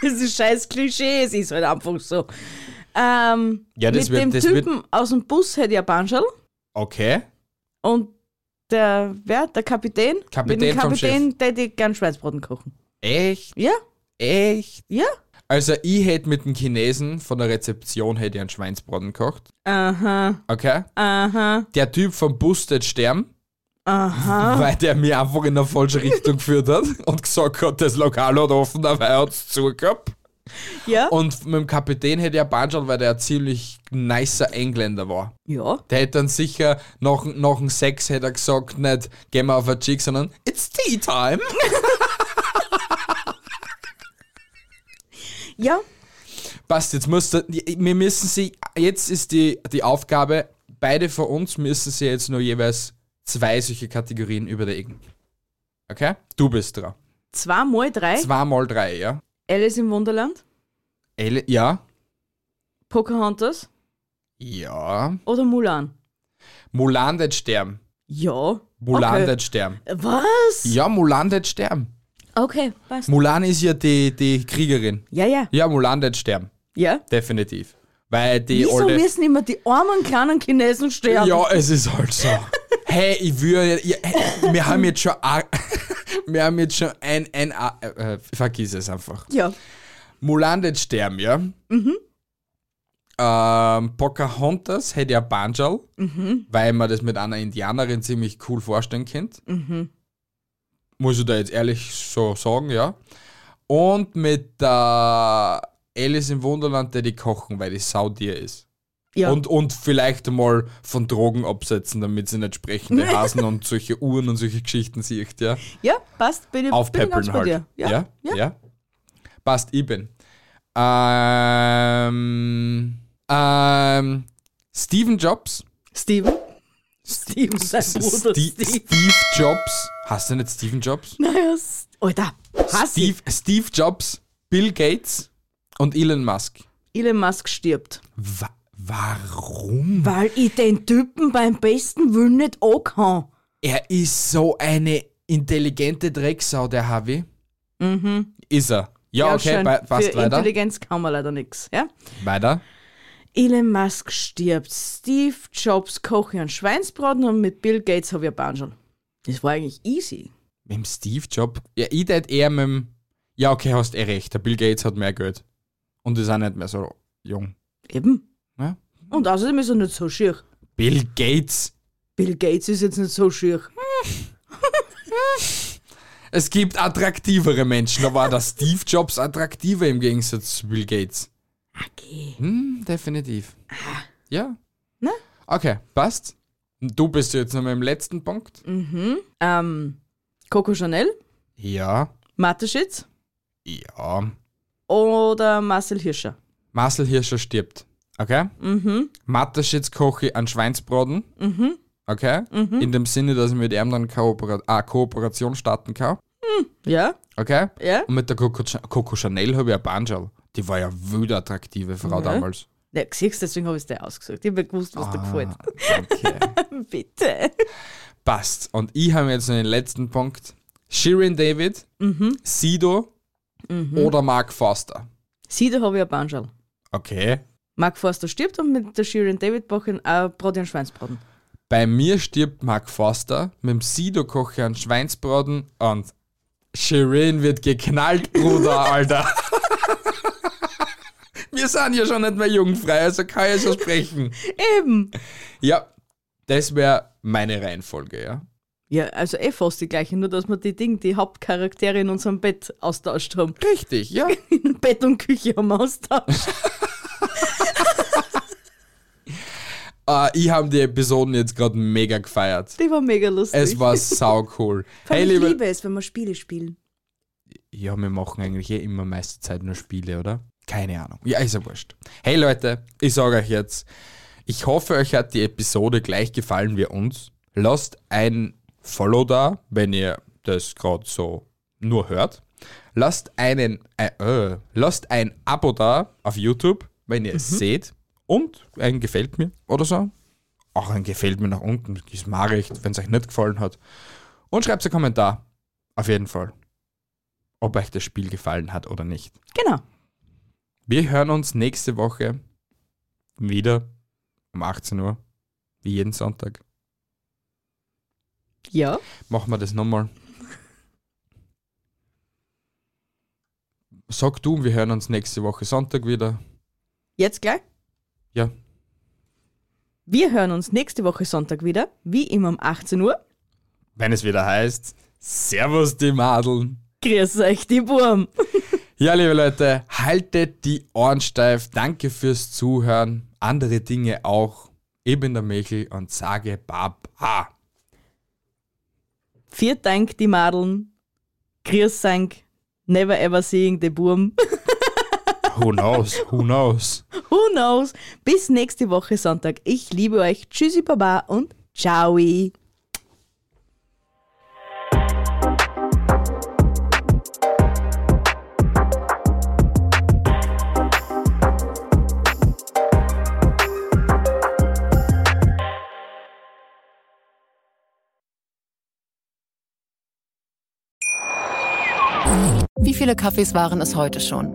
[SPEAKER 2] Das ist scheiß Klischee, es ist halt einfach so. Ähm,
[SPEAKER 1] Ja, das
[SPEAKER 2] mit
[SPEAKER 1] wird-
[SPEAKER 2] dem
[SPEAKER 1] das wird-
[SPEAKER 2] Typen aus dem Bus hätte ich ein Banschel
[SPEAKER 1] Okay.
[SPEAKER 2] und der, wer? Der Kapitän?
[SPEAKER 1] Kapitän
[SPEAKER 2] mit dem
[SPEAKER 1] vom
[SPEAKER 2] Kapitän hätte ich gern Schweinsbraten kochen.
[SPEAKER 1] Echt?
[SPEAKER 2] Ja,
[SPEAKER 1] Echt?
[SPEAKER 2] ja.
[SPEAKER 1] Also ich hätte mit dem Chinesen von der Rezeption hätte ich einen Schweinsbraten gekocht.
[SPEAKER 2] Aha,
[SPEAKER 1] Okay.
[SPEAKER 2] aha, Ah.
[SPEAKER 1] Der Typ vom Bus tät sterben, weil der mich einfach in eine falsche Richtung geführt hat und gesagt hat, das Lokal hat offen, aber er hat es zugehabt.
[SPEAKER 2] Ja?
[SPEAKER 1] Und mit dem Kapitän hätte ich auch banjert, weil der ein ziemlich nicer Engländer war.
[SPEAKER 2] ja.
[SPEAKER 1] Der hätte dann sicher nach, nach dem Sex hätte er gesagt, nicht gehen wir auf ein Chick, sondern it's tea time.
[SPEAKER 2] Ja.
[SPEAKER 1] Passt, jetzt muss der, wir müssen sie, jetzt ist die, die Aufgabe, beide von uns müssen sie jetzt nur jeweils zwei solche Kategorien überlegen. Okay? Du bist dran.
[SPEAKER 2] Zwei mal drei.
[SPEAKER 1] Zwei mal drei, ja?
[SPEAKER 2] Alice im Wunderland.
[SPEAKER 1] Ele ja?
[SPEAKER 2] Pocahontas.
[SPEAKER 1] Ja.
[SPEAKER 2] Oder Mulan.
[SPEAKER 1] Mulan wird sterben.
[SPEAKER 2] Ja.
[SPEAKER 1] Mulan
[SPEAKER 2] okay.
[SPEAKER 1] wird sterben.
[SPEAKER 2] Was?
[SPEAKER 1] Ja, Mulan wird sterben.
[SPEAKER 2] Okay, passt.
[SPEAKER 1] Mulan ist ja die, die Kriegerin.
[SPEAKER 2] Ja, ja.
[SPEAKER 1] Ja, Mulan wird sterben.
[SPEAKER 2] Ja.
[SPEAKER 1] Definitiv. Weil die
[SPEAKER 2] Wieso
[SPEAKER 1] alte-
[SPEAKER 2] müssen immer die armen kleinen Chinesen sterben?
[SPEAKER 1] Ja, es ist halt so. hey, ich würde. Ja, hey, wir haben jetzt schon. a- <laughs> wir haben jetzt schon ein. ein a- äh, äh, vergiss es einfach.
[SPEAKER 2] Ja.
[SPEAKER 1] Mulan wird sterben, ja? Ähm, Pocahontas hätte ja Banjal, weil man das mit einer Indianerin ziemlich cool vorstellen könnte. Muss ich da jetzt ehrlich so sagen, ja? Und mit der Alice im Wunderland, der die kochen, weil die Sau dir ist.
[SPEAKER 2] Ja.
[SPEAKER 1] Und, und vielleicht mal von Drogen absetzen, damit sie nicht
[SPEAKER 2] <laughs>
[SPEAKER 1] sprechende Hasen und solche Uhren und solche Geschichten sieht, ja.
[SPEAKER 2] ja, passt. Bin ich, bin ich ganz
[SPEAKER 1] Aufpeppeln
[SPEAKER 2] bei
[SPEAKER 1] halt.
[SPEAKER 2] dir.
[SPEAKER 1] Ja,
[SPEAKER 2] Ja.
[SPEAKER 1] ja. Passt, ich bin. Ähm, ähm, Steven Jobs.
[SPEAKER 2] Steven. <laughs> Steven, sein Bruder
[SPEAKER 1] Sti-
[SPEAKER 2] Steve.
[SPEAKER 1] Steve Jobs. Hast du nicht Steven Jobs?
[SPEAKER 2] Naja, S- Alter. Hass ich.
[SPEAKER 1] Steve, Steve Jobs, Bill Gates und Elon Musk.
[SPEAKER 2] Elon Musk stirbt.
[SPEAKER 1] Wa warum?
[SPEAKER 2] Weil ich den Typen beim besten Willen nicht ankann.
[SPEAKER 1] Er ist so eine intelligente Drecksau, der Harvey. Ist er. Ja, okay,
[SPEAKER 2] Mhm. schön.
[SPEAKER 1] pa- passt
[SPEAKER 2] Für
[SPEAKER 1] weiter.
[SPEAKER 2] Intelligenz kann man leider nichts. Ja?
[SPEAKER 1] Weiter.
[SPEAKER 2] Elon Musk stirbt, Steve Jobs koche ich einen Schweinsbraten und mit Bill Gates habe ich einen schon. Das war eigentlich easy.
[SPEAKER 1] Mit dem Steve Jobs? Ja, ich tät eher mit dem. Ja, okay, hast eh recht. Der Bill Gates hat mehr Geld. Und ist auch nicht mehr so jung.
[SPEAKER 2] Eben.
[SPEAKER 1] Ja?
[SPEAKER 2] Und außerdem ist er nicht so schier.
[SPEAKER 1] Bill Gates?
[SPEAKER 2] Bill Gates ist jetzt nicht so schier.
[SPEAKER 1] Es gibt attraktivere Menschen, aber auch der Steve Jobs attraktiver im Gegensatz zu Bill Gates.
[SPEAKER 2] Okay.
[SPEAKER 1] Hm, definitiv. Ja.
[SPEAKER 2] Na?
[SPEAKER 1] Okay, passt. Und Du bist jetzt noch mit dem letzten Punkt.
[SPEAKER 2] Mhm. Ähm, Coco Chanel,
[SPEAKER 1] Ja.
[SPEAKER 2] Mateschitz
[SPEAKER 1] Ja.
[SPEAKER 2] oder Marcel Hirscher.
[SPEAKER 1] Marcel Hirscher stirbt. Okay?
[SPEAKER 2] Mhm.
[SPEAKER 1] Mateschitz koche ich einen Schweinsbraten. Okay?
[SPEAKER 2] Mhm.
[SPEAKER 1] In dem Sinne, dass ich mit ihm dann Koopera ah, Kooperation starten kann.
[SPEAKER 2] Ja,
[SPEAKER 1] Okay?
[SPEAKER 2] ja.
[SPEAKER 1] Und mit der Coco, Cha- Coco Chanel habe ich eine Banjal. Die war ja wild attraktive Frau damals.
[SPEAKER 2] Ja, siehst, deswegen habe ich es dir ausgesucht. Ich habe gewusst, was
[SPEAKER 1] Ah.
[SPEAKER 2] dir gefällt. <laughs>
[SPEAKER 1] Okay.
[SPEAKER 2] Bitte.
[SPEAKER 1] Passt. Und ich habe jetzt noch den letzten Punkt. Shirin David,
[SPEAKER 2] Mhm.
[SPEAKER 1] Sido oder Mark Foster.
[SPEAKER 2] Sie, da habe ich ein Banschal.
[SPEAKER 1] Okay.
[SPEAKER 2] Mark Forster stirbt und mit der Sharon David Bochin äh, Brot und Schweinsbraten.
[SPEAKER 1] Bei mir stirbt Mark Foster, mit dem Sido koche ich einen Schweinsbraten und Shirin wird geknallt, Bruder, Alter. Wir sind ja schon nicht mehr jugendfrei, also kann ich so sprechen.
[SPEAKER 2] Eben.
[SPEAKER 1] Ja, das wäre meine Reihenfolge, ja.
[SPEAKER 2] Ja, also eh fast die gleiche, nur dass wir die Dinge, die Hauptcharaktere in unserem Bett austauscht haben. <laughs>
[SPEAKER 1] Richtig, ja.
[SPEAKER 2] In Bett und Küche haben wir austauscht.
[SPEAKER 1] Äh, ich habe die Episoden jetzt gerade mega gefeiert.
[SPEAKER 2] Die war mega lustig.
[SPEAKER 1] Es war sau cool.
[SPEAKER 2] Weil
[SPEAKER 1] hey,
[SPEAKER 2] ich
[SPEAKER 1] liebe.
[SPEAKER 2] liebe es, wenn wir Spiele spielen.
[SPEAKER 1] Ja, wir machen eigentlich eh immer meiste Zeit nur Spiele, oder? Keine Ahnung. Ja, ist ja wurscht. Hey Leute, ich sage euch jetzt, ich hoffe, euch hat die Episode gleich gefallen wie uns. Lasst ein Follow da, wenn ihr das gerade so nur hört. Lasst einen äh, äh, lasst ein Abo da auf YouTube, wenn ihr es seht. Und ein gefällt mir oder so. Auch ein gefällt mir nach unten. Das mag ich, wenn es euch nicht gefallen hat. Und schreibt einen Kommentar. Auf jeden Fall ob euch das Spiel gefallen hat oder nicht.
[SPEAKER 2] Genau.
[SPEAKER 1] Wir hören uns nächste Woche wieder um 18 Uhr, wie jeden Sonntag.
[SPEAKER 2] Ja.
[SPEAKER 1] Machen wir das nochmal. Sag du, wir hören uns nächste Woche Sonntag wieder.
[SPEAKER 2] Jetzt gleich?
[SPEAKER 1] Ja.
[SPEAKER 2] Wir hören uns nächste Woche Sonntag wieder, wie immer um 18 Uhr.
[SPEAKER 1] wenn es wieder heißt, Servus die Madeln.
[SPEAKER 2] Grüß euch, die Burm.
[SPEAKER 1] Ja, liebe Leute, haltet die Ohren steif. Danke fürs Zuhören. Andere Dinge auch. Ich bin der Michel und sage Baba.
[SPEAKER 2] Vielen Dank, die Madeln. Grüß euch. Never ever seeing the Burm.
[SPEAKER 1] Who knows? Who knows?
[SPEAKER 2] <laughs> Who knows? Bis nächste Woche Sonntag. Ich liebe euch. Tschüssi, Baba und ciao.
[SPEAKER 3] Wie viele Kaffees waren es heute schon?